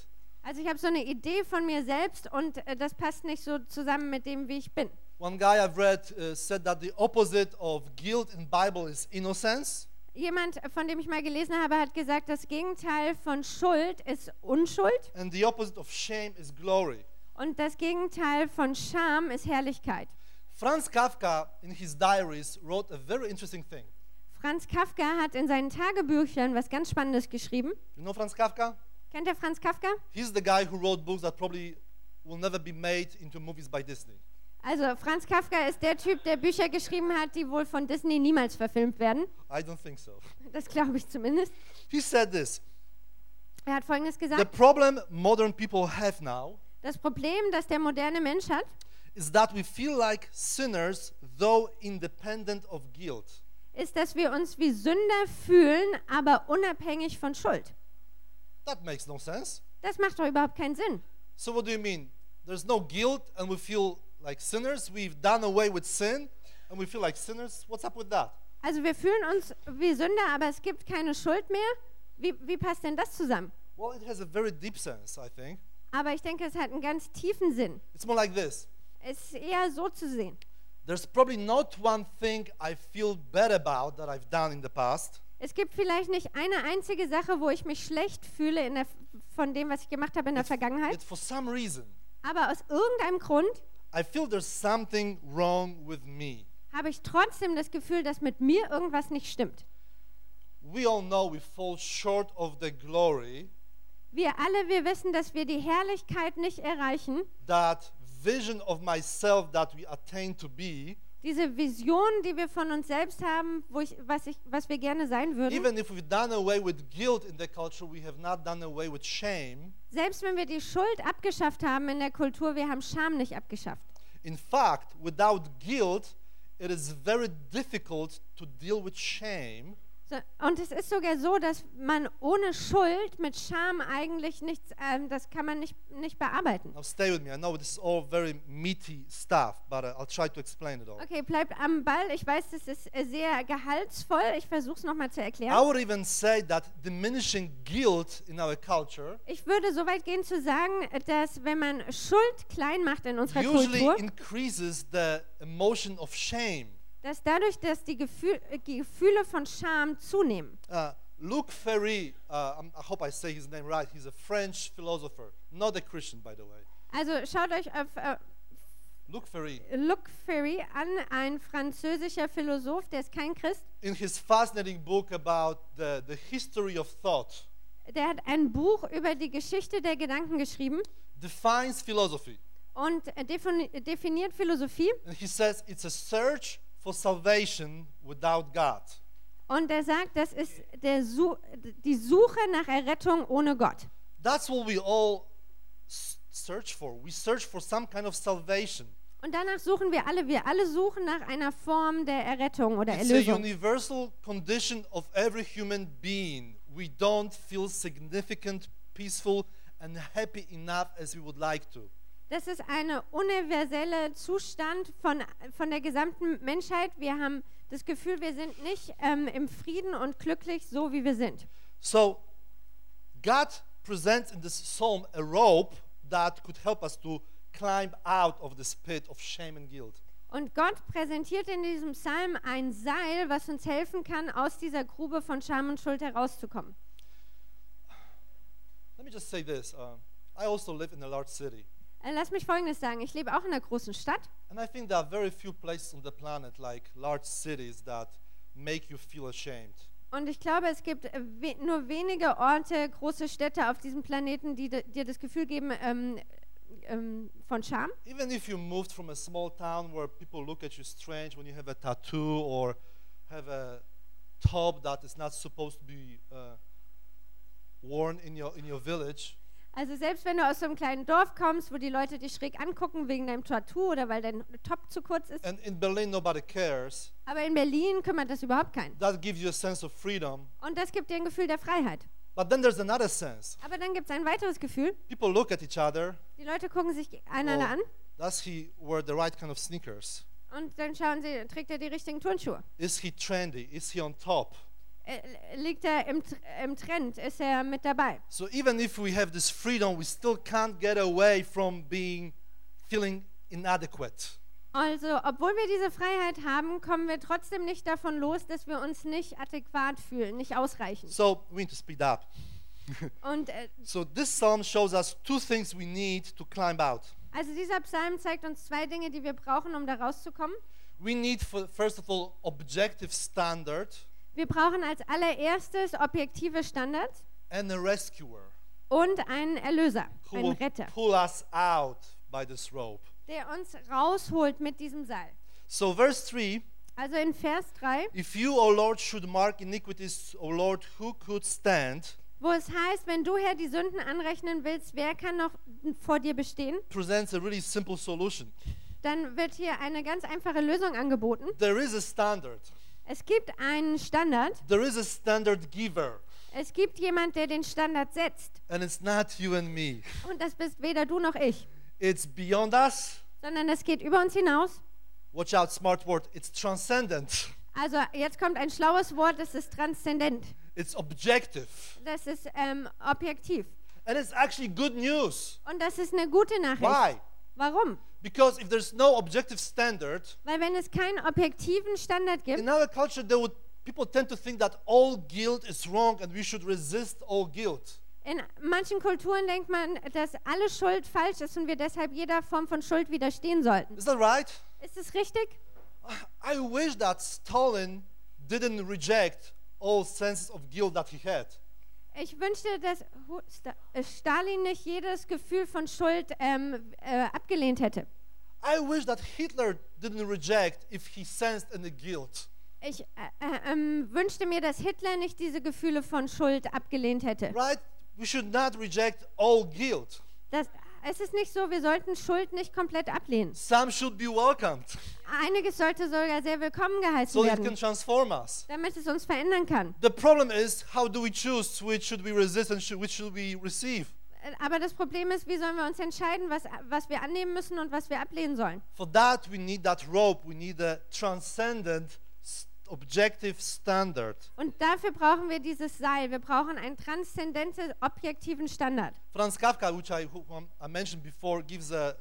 Speaker 2: Also ich habe so eine Idee von mir selbst und äh, das passt nicht so zusammen mit dem, wie ich bin.
Speaker 5: one guy i've read uh, said that the opposite of guilt in bible is innocence
Speaker 2: Jemand, äh, von dem ich mal gelesen habe, hat gesagt, das Gegenteil von Schuld ist Unschuld
Speaker 5: and the opposite of shame is glory
Speaker 2: und das Gegenteil von Scham ist Herrlichkeit.
Speaker 5: franz kafka in his diaries wrote a very interesting thing
Speaker 2: Franz Kafka hat in seinen Tagebüchern was ganz Spannendes geschrieben.
Speaker 5: you know franz kafka
Speaker 2: Kennt ihr Franz Kafka?
Speaker 5: he's the guy who wrote books that probably will never be made into movies by disney
Speaker 2: Also Franz Kafka ist der Typ, der Bücher geschrieben hat, die wohl von Disney niemals verfilmt werden.
Speaker 5: i don't think so
Speaker 2: Das glaube ich zumindest.
Speaker 5: he said this
Speaker 2: Er hat Folgendes
Speaker 5: the
Speaker 2: gesagt.
Speaker 5: problem modern people have now
Speaker 2: Das Problem, das der moderne Mensch hat,
Speaker 5: is that we feel like sinners, though independent of guilt.
Speaker 2: ist, dass wir uns wie Sünder fühlen, aber unabhängig von Schuld.
Speaker 5: That makes no sense.
Speaker 2: Das macht doch überhaupt keinen Sinn.
Speaker 5: So, what do you mean? There's no guilt, and we feel like sinners. We've done away with sin, and we feel like sinners. What's up with that?
Speaker 2: Also wir fühlen uns wie Sünder, aber es gibt keine Schuld mehr. Wie, wie passt denn das zusammen?
Speaker 5: Well, it has a very deep sense, I think.
Speaker 2: Aber ich denke, es hat einen ganz tiefen Sinn.
Speaker 5: It's more like this
Speaker 2: Es ist eher so zu sehen.
Speaker 5: there's probably not one thing I feel bad about that I've done in the past,
Speaker 2: Es gibt vielleicht nicht eine einzige Sache, wo ich mich schlecht fühle in der, von dem, was ich gemacht habe in der
Speaker 5: yet
Speaker 2: Vergangenheit.
Speaker 5: for some reason,
Speaker 2: Aber aus irgendeinem Grund
Speaker 5: I feel there's something wrong with me.
Speaker 2: habe ich trotzdem das Gefühl, dass mit mir irgendwas nicht stimmt.
Speaker 5: we all know we fall short of the glory
Speaker 2: Wir alle, wir wissen, dass wir die Herrlichkeit nicht erreichen.
Speaker 5: that vision of myself that we attain to be,
Speaker 2: Diese Vision, die wir von uns selbst haben, wo ich, was, ich, was wir gerne sein würden.
Speaker 5: even if we've done away with guilt in the culture, we have not done away with shame.
Speaker 2: Selbst wenn wir die Schuld abgeschafft haben in der Kultur, wir haben Scham nicht abgeschafft.
Speaker 5: In fact, without guilt, it is very difficult to deal with shame
Speaker 2: So, und es ist sogar so, dass man ohne Schuld mit Scham eigentlich nichts, ähm, das kann man nicht, nicht bearbeiten.
Speaker 5: Now stay with me. I know this is all very meaty stuff, but uh, I'll try to explain it all.
Speaker 2: Okay, bleibt am Ball. Ich weiß, das ist äh, sehr gehaltsvoll. Ich versuche es nochmal zu
Speaker 5: I
Speaker 2: erklären.
Speaker 5: would even say that diminishing guilt in our culture
Speaker 2: Ich würde so weit gehen zu sagen, dass wenn man Schuld klein macht in unserer
Speaker 5: usually
Speaker 2: Kultur,
Speaker 5: increases the emotion of shame.
Speaker 2: dass dadurch, dass die, Gefühl, äh, die Gefühle von Scham zunehmen.
Speaker 5: Uh, Luc Ferry, uh, I'm- I hope I say his name right, he's a French philosopher, not a Christian, by the way.
Speaker 2: Also schaut euch auf äh,
Speaker 5: Luc Ferry,
Speaker 2: Luc Ferry an, ein französischer Philosoph, der ist kein Christ.
Speaker 5: in his fascinating book about the, the history of thought,
Speaker 2: Der hat ein Buch über die Geschichte der Gedanken geschrieben
Speaker 5: defines philosophy.
Speaker 2: und äh, defini- definiert Philosophie.
Speaker 5: And he says it's a search for salvation without God.
Speaker 2: Und er sagt, das ist der Su die Suche nach Errettung ohne Gott.
Speaker 5: That's what we all s- search for. We search for some kind of salvation.
Speaker 2: Und danach suchen wir alle. Wir alle suchen nach einer Form der Errettung oder
Speaker 5: It's a
Speaker 2: Erlösung.
Speaker 5: universal condition of every human being. We don't feel significant, peaceful, and happy enough as we would like to.
Speaker 2: Das ist eine universelle Zustand von, von der gesamten Menschheit. Wir haben das Gefühl, wir sind nicht ähm, im Frieden und glücklich, so wie wir sind.
Speaker 5: So, God presents in this psalm a rope that could help us to climb out of this pit of shame and guilt.
Speaker 2: Und Gott präsentiert in diesem Psalm ein Seil, was uns helfen kann, aus dieser Grube von Scham und Schuld herauszukommen.
Speaker 5: Let me just say this uh, I also live in a large city.
Speaker 2: Äh, Lass mich Folgendes sagen. Ich lebe auch in einer großen Stadt.
Speaker 5: And I think there are very few places on the planet, like large cities, that make you feel ashamed.
Speaker 2: Und ich glaube, es gibt äh, we nur wenige Orte, große Städte auf diesem Planeten, die de- dir das Gefühl geben ähm, ähm, von Scham.
Speaker 5: Even if you moved from a small town where people look at you strange when you have a tattoo or have a top that is not supposed to be uh, worn in your, in your village,
Speaker 2: Also selbst wenn du aus so einem kleinen Dorf kommst, wo die Leute dich schräg angucken wegen deinem Tattoo oder weil dein Top zu kurz ist,
Speaker 5: and in Berlin nobody cares,
Speaker 2: aber in Berlin kümmert das überhaupt keinen.
Speaker 5: that gives you a sense of freedom.
Speaker 2: Und das gibt dir ein Gefühl der Freiheit.
Speaker 5: But then there's another sense.
Speaker 2: Aber dann gibt es ein weiteres Gefühl.
Speaker 5: People look at each other.
Speaker 2: Die Leute gucken sich
Speaker 5: "Oh,
Speaker 2: einander an
Speaker 5: does he wear the right kind of sneakers?
Speaker 2: und dann schauen sie, trägt er die richtigen Turnschuhe?
Speaker 5: Is he trendy? Is he on top?
Speaker 2: Äh, liegt er im, Tr- im Trend? Ist er mit dabei?
Speaker 5: So even if we have this freedom, we still can't get away from being feeling inadequate.
Speaker 2: Also, obwohl wir diese Freiheit haben, kommen wir trotzdem nicht davon los, dass wir uns nicht adäquat fühlen, nicht ausreichend.
Speaker 5: So we need to speed up.
Speaker 2: Und äh,
Speaker 5: So this psalm shows us two things we need to climb out.
Speaker 2: also dieser Psalm zeigt uns zwei Dinge, die wir brauchen, um da rauszukommen.
Speaker 5: We need for, first of all objective standard
Speaker 2: Wir brauchen als allererstes objektive Standards
Speaker 5: and a rescuer
Speaker 2: und einen Erlöser,
Speaker 5: who
Speaker 2: einen
Speaker 5: will
Speaker 2: Retter,
Speaker 5: pull us out by this rope.
Speaker 2: der uns rausholt mit diesem Seil.
Speaker 5: So verse 3,
Speaker 2: Also in Vers 3,
Speaker 5: if you, O Lord, should mark iniquities, O Lord, who could stand?
Speaker 2: wo es heißt, wenn du Herr die Sünden anrechnen willst, wer kann noch vor dir bestehen?
Speaker 5: presents a really simple solution.
Speaker 2: Dann wird hier eine ganz einfache Lösung angeboten.
Speaker 5: There is a standard.
Speaker 2: Es gibt einen Standard.
Speaker 5: There is a standard giver.
Speaker 2: Es gibt jemand, der den Standard setzt.
Speaker 5: And it's not you and me.
Speaker 2: Und das bist weder du noch ich,
Speaker 5: It's beyond us.
Speaker 2: sondern das geht über uns hinaus.
Speaker 5: Watch out, smart word. It's transcendent.
Speaker 2: Also jetzt kommt ein schlaues Wort, das ist transzendent.
Speaker 5: It's objective.
Speaker 2: Das ist ähm, objektiv.
Speaker 5: And it's actually good news.
Speaker 2: Und das ist eine gute Nachricht.
Speaker 5: Why?
Speaker 2: Warum?
Speaker 5: Because if there's no objective standard,
Speaker 2: Weil wenn es keinen objektiven Standard
Speaker 5: in
Speaker 2: gibt,
Speaker 5: our culture they would people tend to think that all guilt is wrong and we should resist all guilt.
Speaker 2: in manchen Kulturen denkt man, dass alle Schuld falsch ist und wir deshalb jeder Form von Schuld widerstehen sollten.
Speaker 5: Is that right?
Speaker 2: Ist es richtig?
Speaker 5: I wish that Stalin didn't reject all senses of guilt that he had.
Speaker 2: Ich wünschte, dass Hu- Sta- äh, Stalin nicht jedes Gefühl von Schuld ähm, äh, abgelehnt hätte.
Speaker 5: I wish that Hitler didn't reject if he sensed any guilt.
Speaker 2: Ich äh, äh, ähm, wünschte mir, dass Hitler nicht diese Gefühle von Schuld abgelehnt hätte.
Speaker 5: Right? We should not reject all guilt.
Speaker 2: Das, es ist nicht so, wir sollten Schuld nicht komplett ablehnen.
Speaker 5: Some should be welcomed
Speaker 2: Einiges sollte sogar sehr willkommen geheißen
Speaker 5: so it can
Speaker 2: werden,
Speaker 5: transform us.
Speaker 2: damit es uns verändern kann.
Speaker 5: The problem is how do we choose which should we resist and should, which should we receive?
Speaker 2: Äh, Aber das Problem ist, wie sollen wir uns entscheiden, was, was wir annehmen müssen und was wir ablehnen sollen?
Speaker 5: For that, we need that rope. We need a transcendent, s- objective standard.
Speaker 2: Und dafür brauchen wir dieses Seil. Wir brauchen einen transzendenten, objektiven Standard.
Speaker 5: Franz Kafka, which I, who um, I mentioned before, gives a, a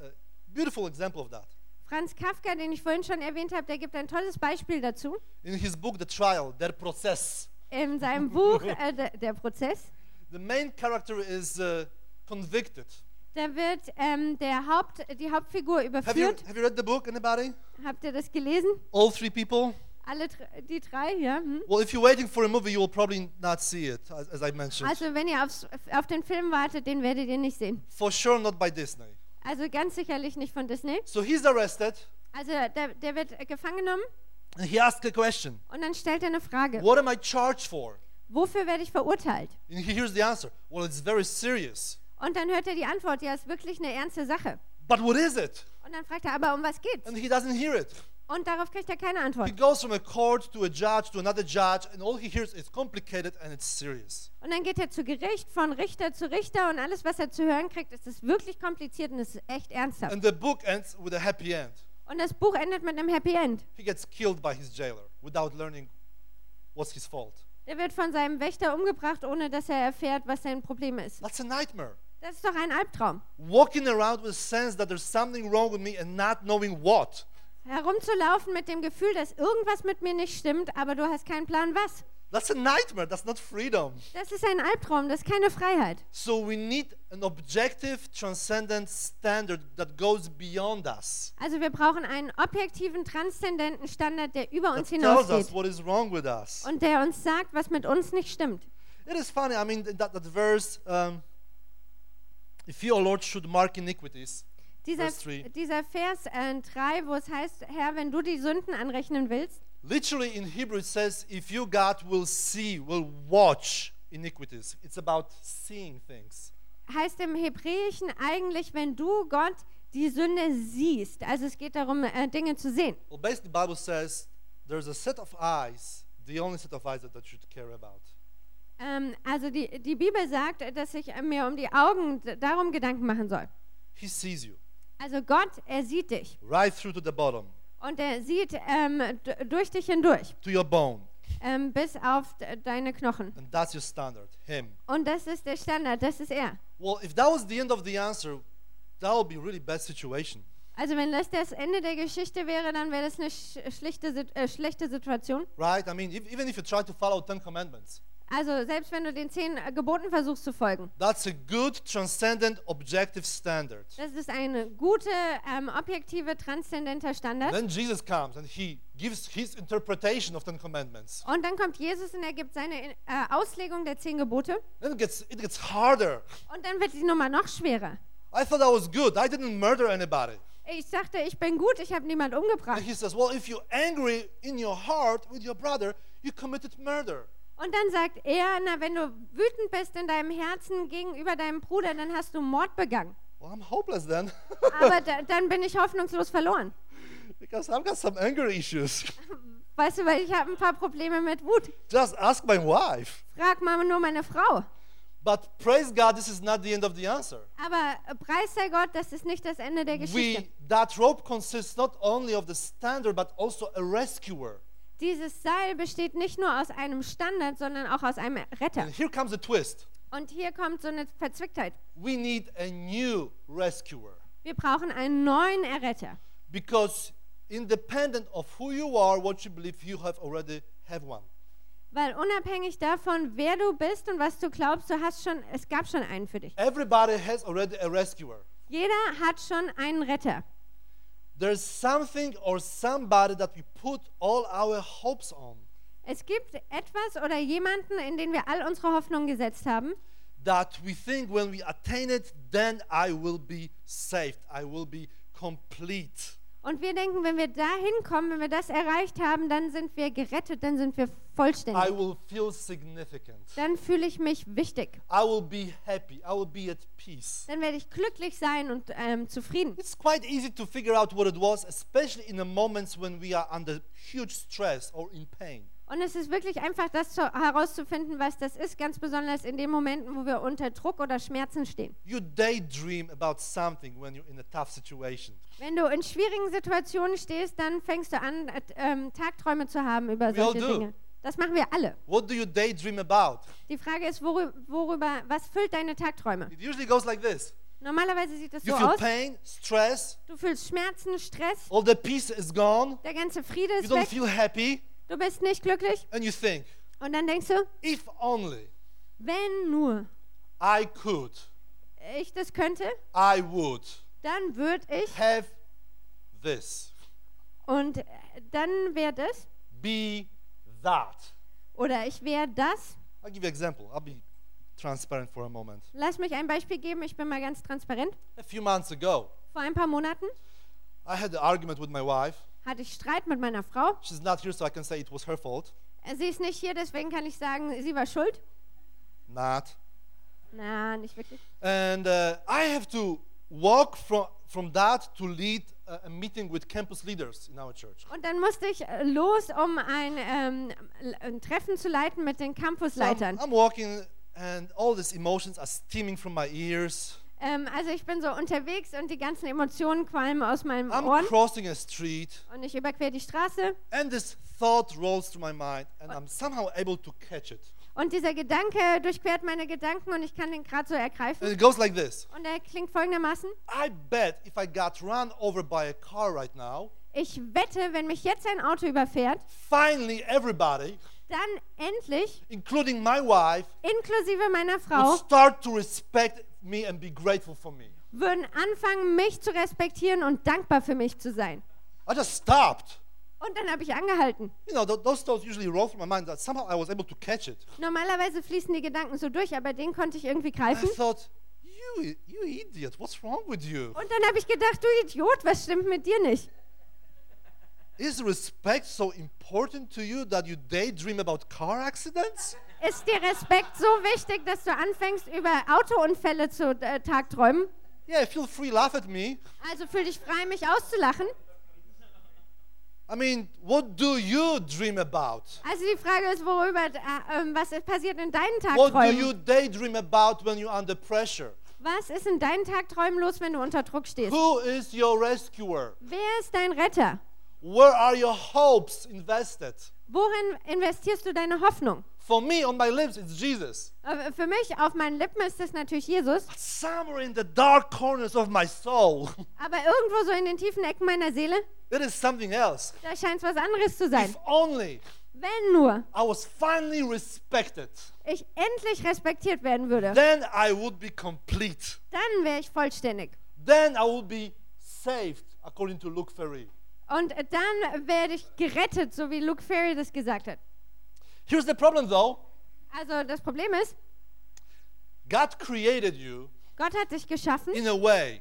Speaker 5: beautiful example of that.
Speaker 2: Franz Kafka, den ich vorhin schon erwähnt habe, der gibt ein tolles Beispiel dazu.
Speaker 5: In his book, The Trial, Der Prozess,
Speaker 2: In seinem Buch äh, der, der Prozess,
Speaker 5: the main character is uh, convicted.
Speaker 2: da wird ähm, der Haupt, die Hauptfigur
Speaker 5: Have you,
Speaker 2: überführt.
Speaker 5: have you read the book, anybody?
Speaker 2: Habt ihr das gelesen?
Speaker 5: All three people?
Speaker 2: Alle dr- die drei, ja? Hm?
Speaker 5: Well, if you're waiting for a movie, you will probably not see it, as, as I mentioned.
Speaker 2: Also wenn ihr aufs, auf den Film wartet, den werdet ihr nicht sehen.
Speaker 5: for sure, not by Disney.
Speaker 2: Also ganz sicherlich nicht von Disney.
Speaker 5: So he's arrested,
Speaker 2: Also der, der wird äh, gefangen genommen
Speaker 5: and he asks a question
Speaker 2: und dann stellt er eine Frage.
Speaker 5: What am I charged for?
Speaker 2: Wofür werde ich verurteilt?
Speaker 5: And he hears the answer Well, it's very serious.
Speaker 2: Und dann hört er die Antwort, ja, ist wirklich eine ernste Sache.
Speaker 5: But what is it?
Speaker 2: Und dann fragt er, aber um was geht's?
Speaker 5: And he doesn't hear it.
Speaker 2: Und darauf kriegt er keine Antwort.
Speaker 5: He goes from a court to a judge to another judge, and all he hears is complicated and it's serious.
Speaker 2: Und dann geht er zu Gericht, von Richter zu Richter und alles, was er zu hören kriegt, ist es wirklich kompliziert und es ist echt ernsthaft.
Speaker 5: And the book ends with a happy end.
Speaker 2: Und das Buch endet mit einem Happy End.
Speaker 5: He gets killed by his jailer without learning what's his fault.
Speaker 2: Der wird von seinem Wächter umgebracht, ohne dass er erfährt, was sein Problem ist.
Speaker 5: That's a nightmare.
Speaker 2: Das ist doch ein Albtraum.
Speaker 5: Walking around with a sense that there's something wrong with me and not knowing what.
Speaker 2: Herumzulaufen mit dem Gefühl, dass irgendwas mit mir nicht stimmt, aber du hast keinen Plan, was.
Speaker 5: That's a nightmare. That's not freedom.
Speaker 2: Das ist ein Albtraum, das ist keine Freiheit.
Speaker 5: So we need an objective, transcendent standard that goes beyond us.
Speaker 2: Also wir brauchen einen objektiven, transzendenten Standard, der über
Speaker 5: That
Speaker 2: uns
Speaker 5: tells us
Speaker 2: hinausgeht
Speaker 5: what is wrong with us.
Speaker 2: und der uns sagt, was mit uns nicht stimmt.
Speaker 5: It is funny. I mean, th- that, that verse, um, if you, O Lord, should mark iniquities,
Speaker 2: Dieser,
Speaker 5: Verse three.
Speaker 2: dieser Vers 3, wo es heißt, Herr, wenn du die Sünden anrechnen willst,
Speaker 5: literally in Hebrew it says, if you, God, will see, will watch iniquities. It's about seeing things.
Speaker 2: heißt im Hebräischen eigentlich, wenn du Gott die Sünde siehst. Also es geht darum, äh, Dinge zu sehen.
Speaker 5: Well, basically, the Bible says there's a set of eyes, the only set of eyes that I should care about.
Speaker 2: Ähm, also die, die Bibel sagt, dass ich äh, mir um die Augen d- darum Gedanken machen soll.
Speaker 5: He sees you
Speaker 2: Also Gott, er sieht dich
Speaker 5: right through to the bottom,
Speaker 2: und er sieht ähm, d- durch dich hindurch,
Speaker 5: to your bone.
Speaker 2: ähm, bis auf d- deine Knochen.
Speaker 5: And that's your standard, Him.
Speaker 2: Und das ist der Standard, das ist er.
Speaker 5: Well, if that was the end of the answer, that would be really bad situation.
Speaker 2: Also wenn das das Ende der Geschichte wäre, dann wäre das eine sch schlichte, Sit- äh, schlechte Situation.
Speaker 5: Right? I mean, if, even if you try to follow Ten Commandments,
Speaker 2: Also selbst wenn du den zehn äh, Geboten versuchst zu folgen.
Speaker 5: that's a good, transcendent, objective standard.
Speaker 2: Das ist eine gute, ähm, objektive, transzendenter Standard.
Speaker 5: Then Jesus comes and he gives his interpretation of Ten Commandments.
Speaker 2: Und dann kommt Jesus und er gibt seine äh, Auslegung der zehn Gebote.
Speaker 5: Then it gets, it gets harder.
Speaker 2: Und dann wird die Nummer noch schwerer.
Speaker 5: I thought I was good. I didn't murder anybody.
Speaker 2: Ich dachte, ich bin gut, ich habe niemand umgebracht.
Speaker 5: And he says, Well, if you're angry in your heart with your brother, you committed murder.
Speaker 2: Und dann sagt er, na, wenn du wütend bist in deinem Herzen gegenüber deinem Bruder, dann hast du Mord begangen.
Speaker 5: Well, I'm hopeless then.
Speaker 2: Aber da, dann bin ich hoffnungslos verloren.
Speaker 5: because I've got some anger issues.
Speaker 2: Weißt du, weil ich habe ein paar Probleme mit Wut.
Speaker 5: Just ask my wife.
Speaker 2: Frag mal nur meine Frau.
Speaker 5: But praise God, this is not the end of the answer.
Speaker 2: Aber äh, preis sei Gott, das ist nicht das Ende der Geschichte.
Speaker 5: We, that rope consists not only of the standard, but also a rescuer.
Speaker 2: Dieses Seil besteht nicht nur aus einem Standard, sondern auch aus einem Retter.
Speaker 5: And here comes a twist.
Speaker 2: Und hier kommt so eine Verzwicktheit.
Speaker 5: We need a new rescuer
Speaker 2: Wir brauchen einen neuen Erretter.
Speaker 5: because independent of who you are, what you believe, you have already have one.
Speaker 2: Weil unabhängig davon, wer du bist und was du glaubst, du hast schon, es gab schon einen für dich.
Speaker 5: Everybody has already a rescuer.
Speaker 2: Jeder hat schon einen Retter.
Speaker 5: There's something or somebody that we put all our hopes on.
Speaker 2: Es gibt etwas oder jemanden, in den wir all unsere Hoffnung gesetzt haben,
Speaker 5: that we think when we attain it, then I will be saved. I will be complete.
Speaker 2: Und wir denken, wenn wir da hinkommen, wenn wir das erreicht haben, dann sind wir gerettet, dann sind wir
Speaker 5: I
Speaker 2: vollständig.
Speaker 5: will feel significant.
Speaker 2: Dann fühle ich mich wichtig.
Speaker 5: I will be happy. I will be at peace.
Speaker 2: Dann werde ich glücklich sein und ähm, zufrieden.
Speaker 5: It's quite easy to figure out what it was, especially in the moments when we are under huge stress or in pain.
Speaker 2: Und es ist wirklich einfach, das zu, herauszufinden, was das ist, ganz besonders in den Momenten, wo wir unter Druck oder Schmerzen stehen.
Speaker 5: You daydream about something when you're in a tough situation.
Speaker 2: Wenn du in schwierigen Situationen stehst, dann fängst du an, äh, ähm, Tagträume zu haben über
Speaker 5: We all
Speaker 2: solche
Speaker 5: do.
Speaker 2: Dinge. Das machen wir alle.
Speaker 5: What do you daydream about?
Speaker 2: Die Frage ist, worü- worüber, was füllt deine Tagträume?
Speaker 5: It usually goes like this
Speaker 2: Normalerweise sieht das so
Speaker 5: You feel
Speaker 2: aus.
Speaker 5: pain, stress,
Speaker 2: Du fühlst Schmerzen, Stress,
Speaker 5: all the peace is gone,
Speaker 2: der ganze Friede
Speaker 5: you
Speaker 2: ist
Speaker 5: don't
Speaker 2: weg,
Speaker 5: feel happy,
Speaker 2: du bist nicht glücklich.
Speaker 5: and you think,
Speaker 2: Und dann denkst du,
Speaker 5: if only
Speaker 2: wenn nur
Speaker 5: I could,
Speaker 2: ich das könnte,
Speaker 5: I would
Speaker 2: dann würde ich
Speaker 5: have this,
Speaker 2: und äh, dann wäre das
Speaker 5: be that.
Speaker 2: oder ich wäre das.
Speaker 5: I'll give you an example. I'll be transparent for a moment.
Speaker 2: Lass mich ein Beispiel geben, ich bin mal ganz transparent.
Speaker 5: A few months ago,
Speaker 2: Vor ein paar Monaten
Speaker 5: I had an argument with my wife.
Speaker 2: hatte ich Streit mit meiner Frau.
Speaker 5: She's not here, so I can say it was her fault.
Speaker 2: Sie ist nicht hier, deswegen kann ich sagen, sie war schuld.
Speaker 5: Not.
Speaker 2: Na, nicht wirklich.
Speaker 5: And uh, I have to walk from, from that to lead a, a meeting with campus leaders in our church.
Speaker 2: Und dann musste ich äh, los, um ein, ähm, l- ein Treffen zu leiten mit den
Speaker 5: So I'm,
Speaker 2: Campusleitern.
Speaker 5: I'm walking, and all these emotions are steaming from my ears.
Speaker 2: Ähm, also ich bin so unterwegs und die ganzen Emotionen qualmen aus meinen
Speaker 5: I'm
Speaker 2: Ohren.
Speaker 5: crossing a street,
Speaker 2: Und ich überquere die Straße
Speaker 5: and this thought rolls through my mind, and I'm somehow able to catch it.
Speaker 2: und dieser Gedanke durchquert meine Gedanken und ich kann den gerade so
Speaker 5: And
Speaker 2: ergreifen.
Speaker 5: it goes like this
Speaker 2: Und er klingt folgendermaßen.
Speaker 5: I bet if I got run over by a car right now,
Speaker 2: Ich wette, wenn mich jetzt ein Auto überfährt,
Speaker 5: finally everybody,
Speaker 2: dann endlich,
Speaker 5: including my wife,
Speaker 2: inklusive meiner
Speaker 5: will
Speaker 2: Frau,
Speaker 5: start to respect me and be grateful for me.
Speaker 2: würden anfangen, mich zu respektieren und dankbar für mich zu sein.
Speaker 5: I just stopped.
Speaker 2: Und dann habe ich angehalten.
Speaker 5: You know, th- those thoughts usually roll through my mind that somehow I was able to catch it.
Speaker 2: Normalerweise fließen die Gedanken so durch, aber den konnte ich irgendwie
Speaker 5: I
Speaker 2: greifen.
Speaker 5: thought, you, i- you idiot, what's wrong with you?
Speaker 2: Und dann habe ich gedacht, du Idiot, was stimmt mit dir nicht?
Speaker 5: Is respect so important to you that you daydream about car accidents?
Speaker 2: Ist dir Respekt so wichtig, dass du anfängst, über Autounfälle zu äh, tagträumen?
Speaker 5: Yeah, feel free, laugh at me.
Speaker 2: Also fühl dich frei, mich auszulachen.
Speaker 5: I mean, what do you dream about?
Speaker 2: Also die Frage ist, worüber, äh, ähm, was passiert in deinen
Speaker 5: What do you
Speaker 2: Tagträumen?
Speaker 5: daydream about when you're under pressure?
Speaker 2: Was ist in deinen Tagträumen los, wenn du unter Druck stehst?
Speaker 5: Who is your rescuer?
Speaker 2: Wer ist dein Retter?
Speaker 5: Where are your hopes invested?
Speaker 2: Worin investierst du deine Hoffnung?
Speaker 5: For me, on my lips, it's Jesus.
Speaker 2: Äh, Für mich auf meinen Lippen ist das natürlich Jesus,
Speaker 5: Somewhere in the dark corners of my soul,
Speaker 2: aber irgendwo so in den tiefen Ecken meiner Seele,
Speaker 5: it is something else.
Speaker 2: da scheint es was anderes zu sein.
Speaker 5: If only
Speaker 2: Wenn nur
Speaker 5: I was finally respected,
Speaker 2: ich endlich respektiert werden würde,
Speaker 5: then I would be complete.
Speaker 2: dann wäre ich vollständig.
Speaker 5: Then I would be saved, according to Luke Ferry.
Speaker 2: Und dann werde ich gerettet, so wie Luke Ferry das gesagt hat.
Speaker 5: Here's the problem though
Speaker 2: Also das Problem ist,
Speaker 5: God created you
Speaker 2: Gott hat dich geschaffen
Speaker 5: in a way.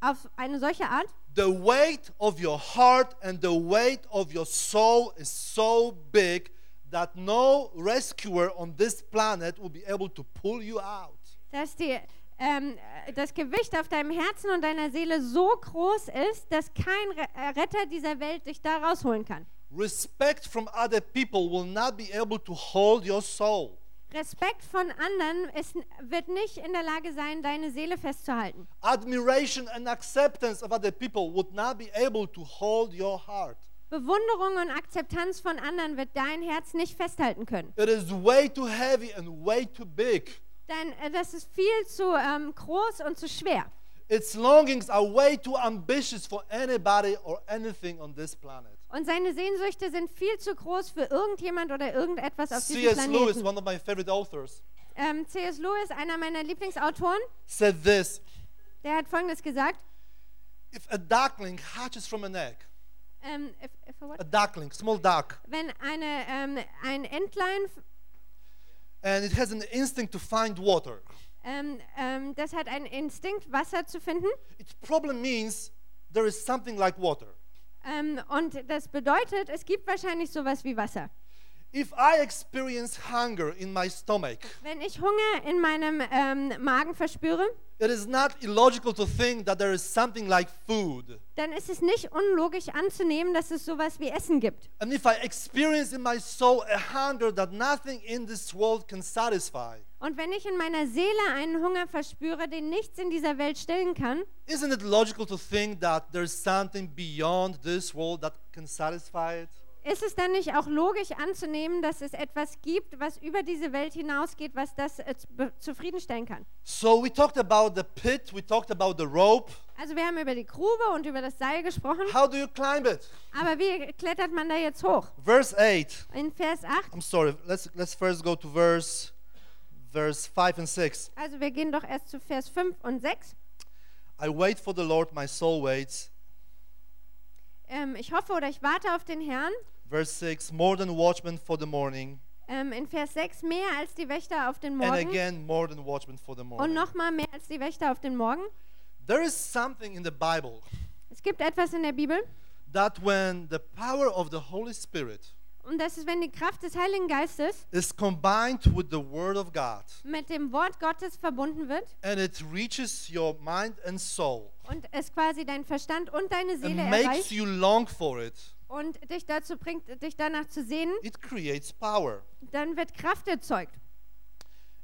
Speaker 2: auf eine solche Art,
Speaker 5: The weight of your heart and the weight of your soul is so big that no rescuer on this planet will be able to pull you out.
Speaker 2: dass die, ähm, äh, das Gewicht auf deinem Herzen und deiner Seele so groß ist, dass kein Re äh, Retter dieser Welt dich da rausholen kann.
Speaker 5: Respect from other people will not be able to hold your soul.
Speaker 2: Respekt von anderen ist, n- wird nicht in der Lage sein, deine Seele festzuhalten.
Speaker 5: Admiration and acceptance of other people would not be able to hold your heart.
Speaker 2: Bewunderung und Akzeptanz von anderen wird dein Herz nicht festhalten können.
Speaker 5: It is way too heavy and way too big.
Speaker 2: Dein, äh, das ist viel zu ähm, groß und zu schwer.
Speaker 5: Its longings are way too ambitious for anybody or anything on this planet.
Speaker 2: Und seine Sehnsüchte sind viel zu groß für irgendjemand oder irgendetwas auf diesem
Speaker 5: C.S. Lewis,
Speaker 2: Planeten.
Speaker 5: one of my favorite authors,
Speaker 2: Ähm, C.S. Lewis, einer meiner Lieblingsautoren,
Speaker 5: said this
Speaker 2: der hat Folgendes gesagt.
Speaker 5: If a duckling hatches from an egg,
Speaker 2: ähm, if, if a what?
Speaker 5: a duckling, small duck,
Speaker 2: wenn eine, ähm, ein Entlein, f-
Speaker 5: and it has an instinct to find water.
Speaker 2: ähm, ähm, das hat einen Instinkt, Wasser zu finden.
Speaker 5: It probably means there is something like water.
Speaker 2: Ähm, und das bedeutet, es gibt wahrscheinlich sowas wie Wasser.
Speaker 5: If I experience hunger in my stomach,
Speaker 2: Wenn ich Hunger in meinem ähm, Magen verspüre,
Speaker 5: it is not illogical to think that there is something like food.
Speaker 2: dann ist es nicht unlogisch anzunehmen, dass es sowas wie Essen gibt.
Speaker 5: And if I experience in my soul a hunger that nothing in this world can satisfy,
Speaker 2: Und wenn ich in meiner Seele einen Hunger verspüre, den nichts in dieser Welt stillen kann,
Speaker 5: isn't it logical to think that there's something beyond this world that can satisfy it?
Speaker 2: ist es dann nicht auch logisch anzunehmen, dass es etwas gibt, was über diese Welt hinausgeht, was das äh, zu- be- zufriedenstellen kann?
Speaker 5: So we talked about the pit, we talked about the rope.
Speaker 2: Also wir haben über die Grube und über das Seil gesprochen,
Speaker 5: How do you climb it?
Speaker 2: aber wie klettert man da jetzt hoch?
Speaker 5: Verse 8.
Speaker 2: In Vers 8,
Speaker 5: I'm sorry, let's let's first go to verse verse 5 and 6.
Speaker 2: also wir gehen doch erst zu Vers 5 und 6.
Speaker 5: I wait for the Lord, my soul waits.
Speaker 2: Ähm, ich hoffe oder ich warte auf den Herrn.
Speaker 5: Verse 6, more than watchmen for the morning,
Speaker 2: Ähm, in Vers 6 mehr als die Wächter auf den Morgen.
Speaker 5: and again more than watchmen for the
Speaker 2: Und
Speaker 5: morning.
Speaker 2: nochmal mehr als die Wächter auf den Morgen.
Speaker 5: There is something in the Bible
Speaker 2: Es gibt etwas in der Bibel
Speaker 5: that when the power of the Holy Spirit
Speaker 2: und das ist, wenn die Kraft des Heiligen Geistes
Speaker 5: is combined with the word of God
Speaker 2: mit dem Wort Gottes verbunden wird
Speaker 5: and it reaches your mind and soul
Speaker 2: und es quasi dein Verstand und deine
Speaker 5: and
Speaker 2: Seele
Speaker 5: makes
Speaker 2: erreicht
Speaker 5: you long for it,
Speaker 2: und dich dazu bringt, dich danach zu sehen,
Speaker 5: it creates power.
Speaker 2: dann wird Kraft erzeugt.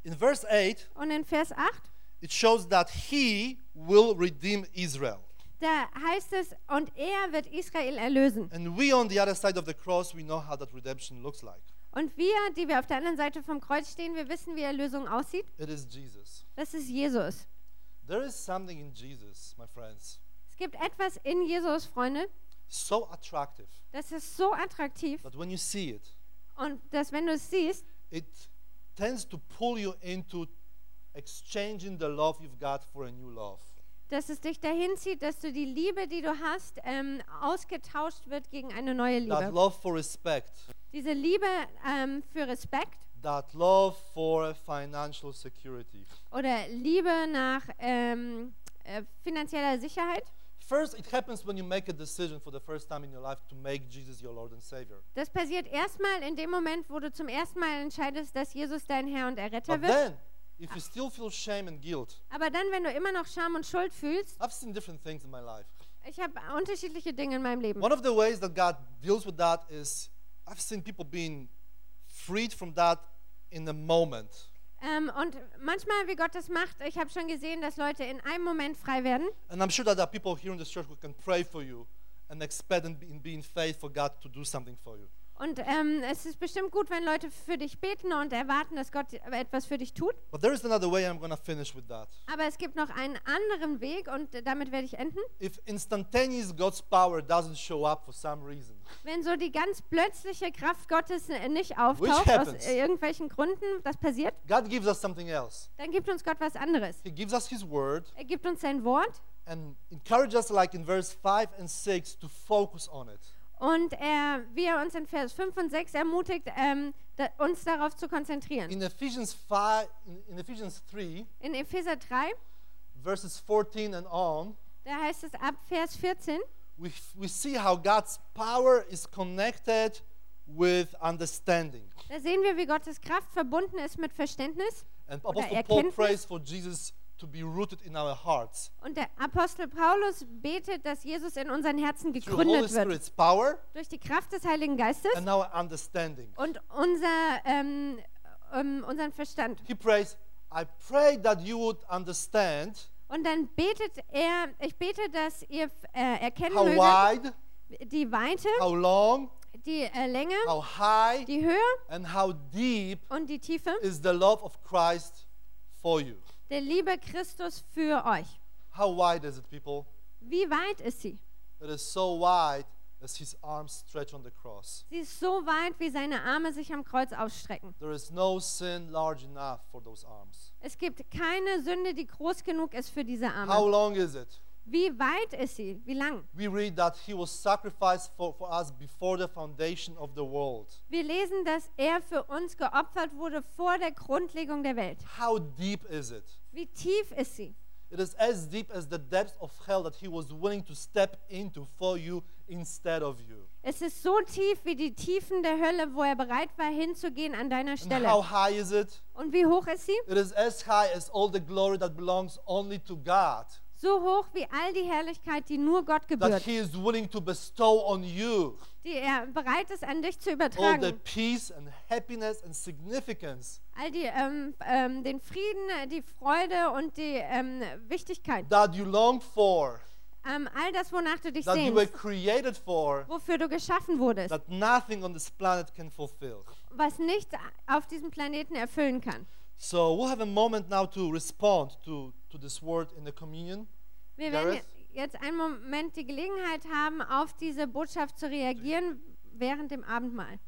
Speaker 5: In verse 8,
Speaker 2: Und in Vers 8,
Speaker 5: it shows that he will redeem Israel.
Speaker 2: da heißt es, und er wird Israel erlösen.
Speaker 5: And we on the other side of the cross, we know how that redemption looks like.
Speaker 2: Und wir, die wir auf der anderen Seite vom Kreuz stehen, wir wissen, wie Erlösung aussieht.
Speaker 5: It is Jesus.
Speaker 2: Das ist Jesus.
Speaker 5: There is something in Jesus, my friends,
Speaker 2: Es gibt etwas in Jesus, Freunde,
Speaker 5: so attractive
Speaker 2: das ist so attraktiv
Speaker 5: that when you see it,
Speaker 2: und dass, wenn du es siehst,
Speaker 5: it tends to pull you into exchanging the love you've got for a new love.
Speaker 2: dass es dich dahin zieht, dass du die Liebe, die du hast, ähm, ausgetauscht wird gegen eine neue
Speaker 5: That
Speaker 2: Liebe.
Speaker 5: love for respect,
Speaker 2: Diese Liebe ähm, für Respekt
Speaker 5: that love for financial security.
Speaker 2: oder Liebe nach ähm, äh, finanzieller Sicherheit,
Speaker 5: First, it happens when you make a decision for the first time in your life to make Jesus your Lord and Savior.
Speaker 2: das passiert erstmal in dem Moment, wo du zum ersten Mal entscheidest, dass Jesus dein Herr und Erretter
Speaker 5: But
Speaker 2: wird.
Speaker 5: then, if you still feel shame and guilt,
Speaker 2: Aber dann, wenn du immer noch Scham und Schuld fühlst,
Speaker 5: I've seen different things in my life.
Speaker 2: ich habe unterschiedliche Dinge in meinem Leben.
Speaker 5: One of the ways that God deals with that is I've seen people being freed from that in a moment.
Speaker 2: Ähm, und manchmal, wie Gott das macht, ich habe schon gesehen, dass Leute in einem Moment frei werden.
Speaker 5: And I'm sure that there are people here in this church who can pray for you and expect in, in being faith for God to do something for you.
Speaker 2: Und ähm, es ist bestimmt gut, wenn Leute für dich beten und erwarten, dass Gott etwas für dich tut.
Speaker 5: But there is another way I'm going to finish with that.
Speaker 2: Aber es gibt noch einen anderen Weg und äh, damit werde ich enden.
Speaker 5: If instantaneous God's power doesn't show up for some reason,
Speaker 2: Wenn so die ganz plötzliche Kraft Gottes äh, nicht
Speaker 5: Which
Speaker 2: auftaucht, aus
Speaker 5: happens.
Speaker 2: äh, irgendwelchen Gründen, das passiert,
Speaker 5: God gives us something else.
Speaker 2: dann gibt uns Gott was anderes.
Speaker 5: He gives us His word
Speaker 2: Er gibt uns sein Wort
Speaker 5: and encourages us, like in verse 5 and 6, to focus on it.
Speaker 2: und er, wie er uns in Vers 5 und 6 ermutigt, ähm, da, uns darauf zu konzentrieren.
Speaker 5: In Ephesians 5, in- in Ephesians 3,
Speaker 2: In Epheser 3,
Speaker 5: verses 14 and on,
Speaker 2: da heißt es ab Vers 14,
Speaker 5: we, f- we see how God's power is connected with understanding.
Speaker 2: da sehen wir, wie Gottes Kraft verbunden ist mit Verständnis.
Speaker 5: And
Speaker 2: Oder
Speaker 5: Apostle Paul
Speaker 2: Erkenntnis.
Speaker 5: prays for Jesus to be rooted in our hearts
Speaker 2: Und der Apostel Paulus betet, dass Jesus in unseren Herzen
Speaker 5: through Holy
Speaker 2: gegründet wird.
Speaker 5: Spirit's power
Speaker 2: Durch die Kraft des Heiligen Geistes
Speaker 5: and our understanding.
Speaker 2: und unser, ähm, ähm, unseren Verstand.
Speaker 5: He prays, I pray that you would understand
Speaker 2: Und dann betet er, ich bete, dass ihr äh, erkennen
Speaker 5: how
Speaker 2: mögt,
Speaker 5: wide,
Speaker 2: die Weite,
Speaker 5: how long,
Speaker 2: die äh, Länge,
Speaker 5: how high,
Speaker 2: die Höhe
Speaker 5: and how deep
Speaker 2: und die Tiefe
Speaker 5: is the love of Christ for you.
Speaker 2: der Liebe Christus für euch.
Speaker 5: How wide is it, people?
Speaker 2: Wie weit ist sie?
Speaker 5: It is so wide as his arms stretch on the cross.
Speaker 2: Sie ist so weit, wie seine Arme sich am Kreuz ausstrecken.
Speaker 5: There is no sin large enough for those arms.
Speaker 2: Es gibt keine Sünde, die groß genug ist für diese
Speaker 5: How
Speaker 2: Arme.
Speaker 5: long is it?
Speaker 2: Wie weit ist sie? Wie lang?
Speaker 5: We read that he was sacrificed for, for us before the foundation of the world.
Speaker 2: Wir lesen, dass er für uns geopfert wurde vor der Grundlegung der Welt.
Speaker 5: How deep is it?
Speaker 2: Wie tief ist sie?
Speaker 5: It is as deep as the depths of hell that he was willing to step into for you instead of you.
Speaker 2: Es ist so tief wie die Tiefen der Hölle, wo er bereit war hinzugehen an deiner
Speaker 5: And how
Speaker 2: Stelle.
Speaker 5: high is it?
Speaker 2: Und wie hoch ist sie?
Speaker 5: It is as high as all the glory that belongs only to God
Speaker 2: So hoch wie all die Herrlichkeit, die nur Gott
Speaker 5: that
Speaker 2: gebührt,
Speaker 5: he is willing to bestow on you.
Speaker 2: die er bereit ist, an dich zu
Speaker 5: all the
Speaker 2: übertragen.
Speaker 5: peace and happiness and significance
Speaker 2: All die, ähm, ähm, den Frieden, äh, die Freude und die ähm, Wichtigkeit.
Speaker 5: that you long for,
Speaker 2: Ähm, all das, wonach du dich
Speaker 5: that you were
Speaker 2: sehnst,
Speaker 5: created for,
Speaker 2: wofür du geschaffen wurdest,
Speaker 5: that nothing on this planet can fulfill.
Speaker 2: was nichts auf diesem Planeten erfüllen kann.
Speaker 5: So we'll have a moment now to respond to, to this word in the communion.
Speaker 2: Wir werden
Speaker 5: Gareth?
Speaker 2: je- jetzt einen Moment die Gelegenheit haben, auf diese Botschaft zu reagieren während dem Abendmahl.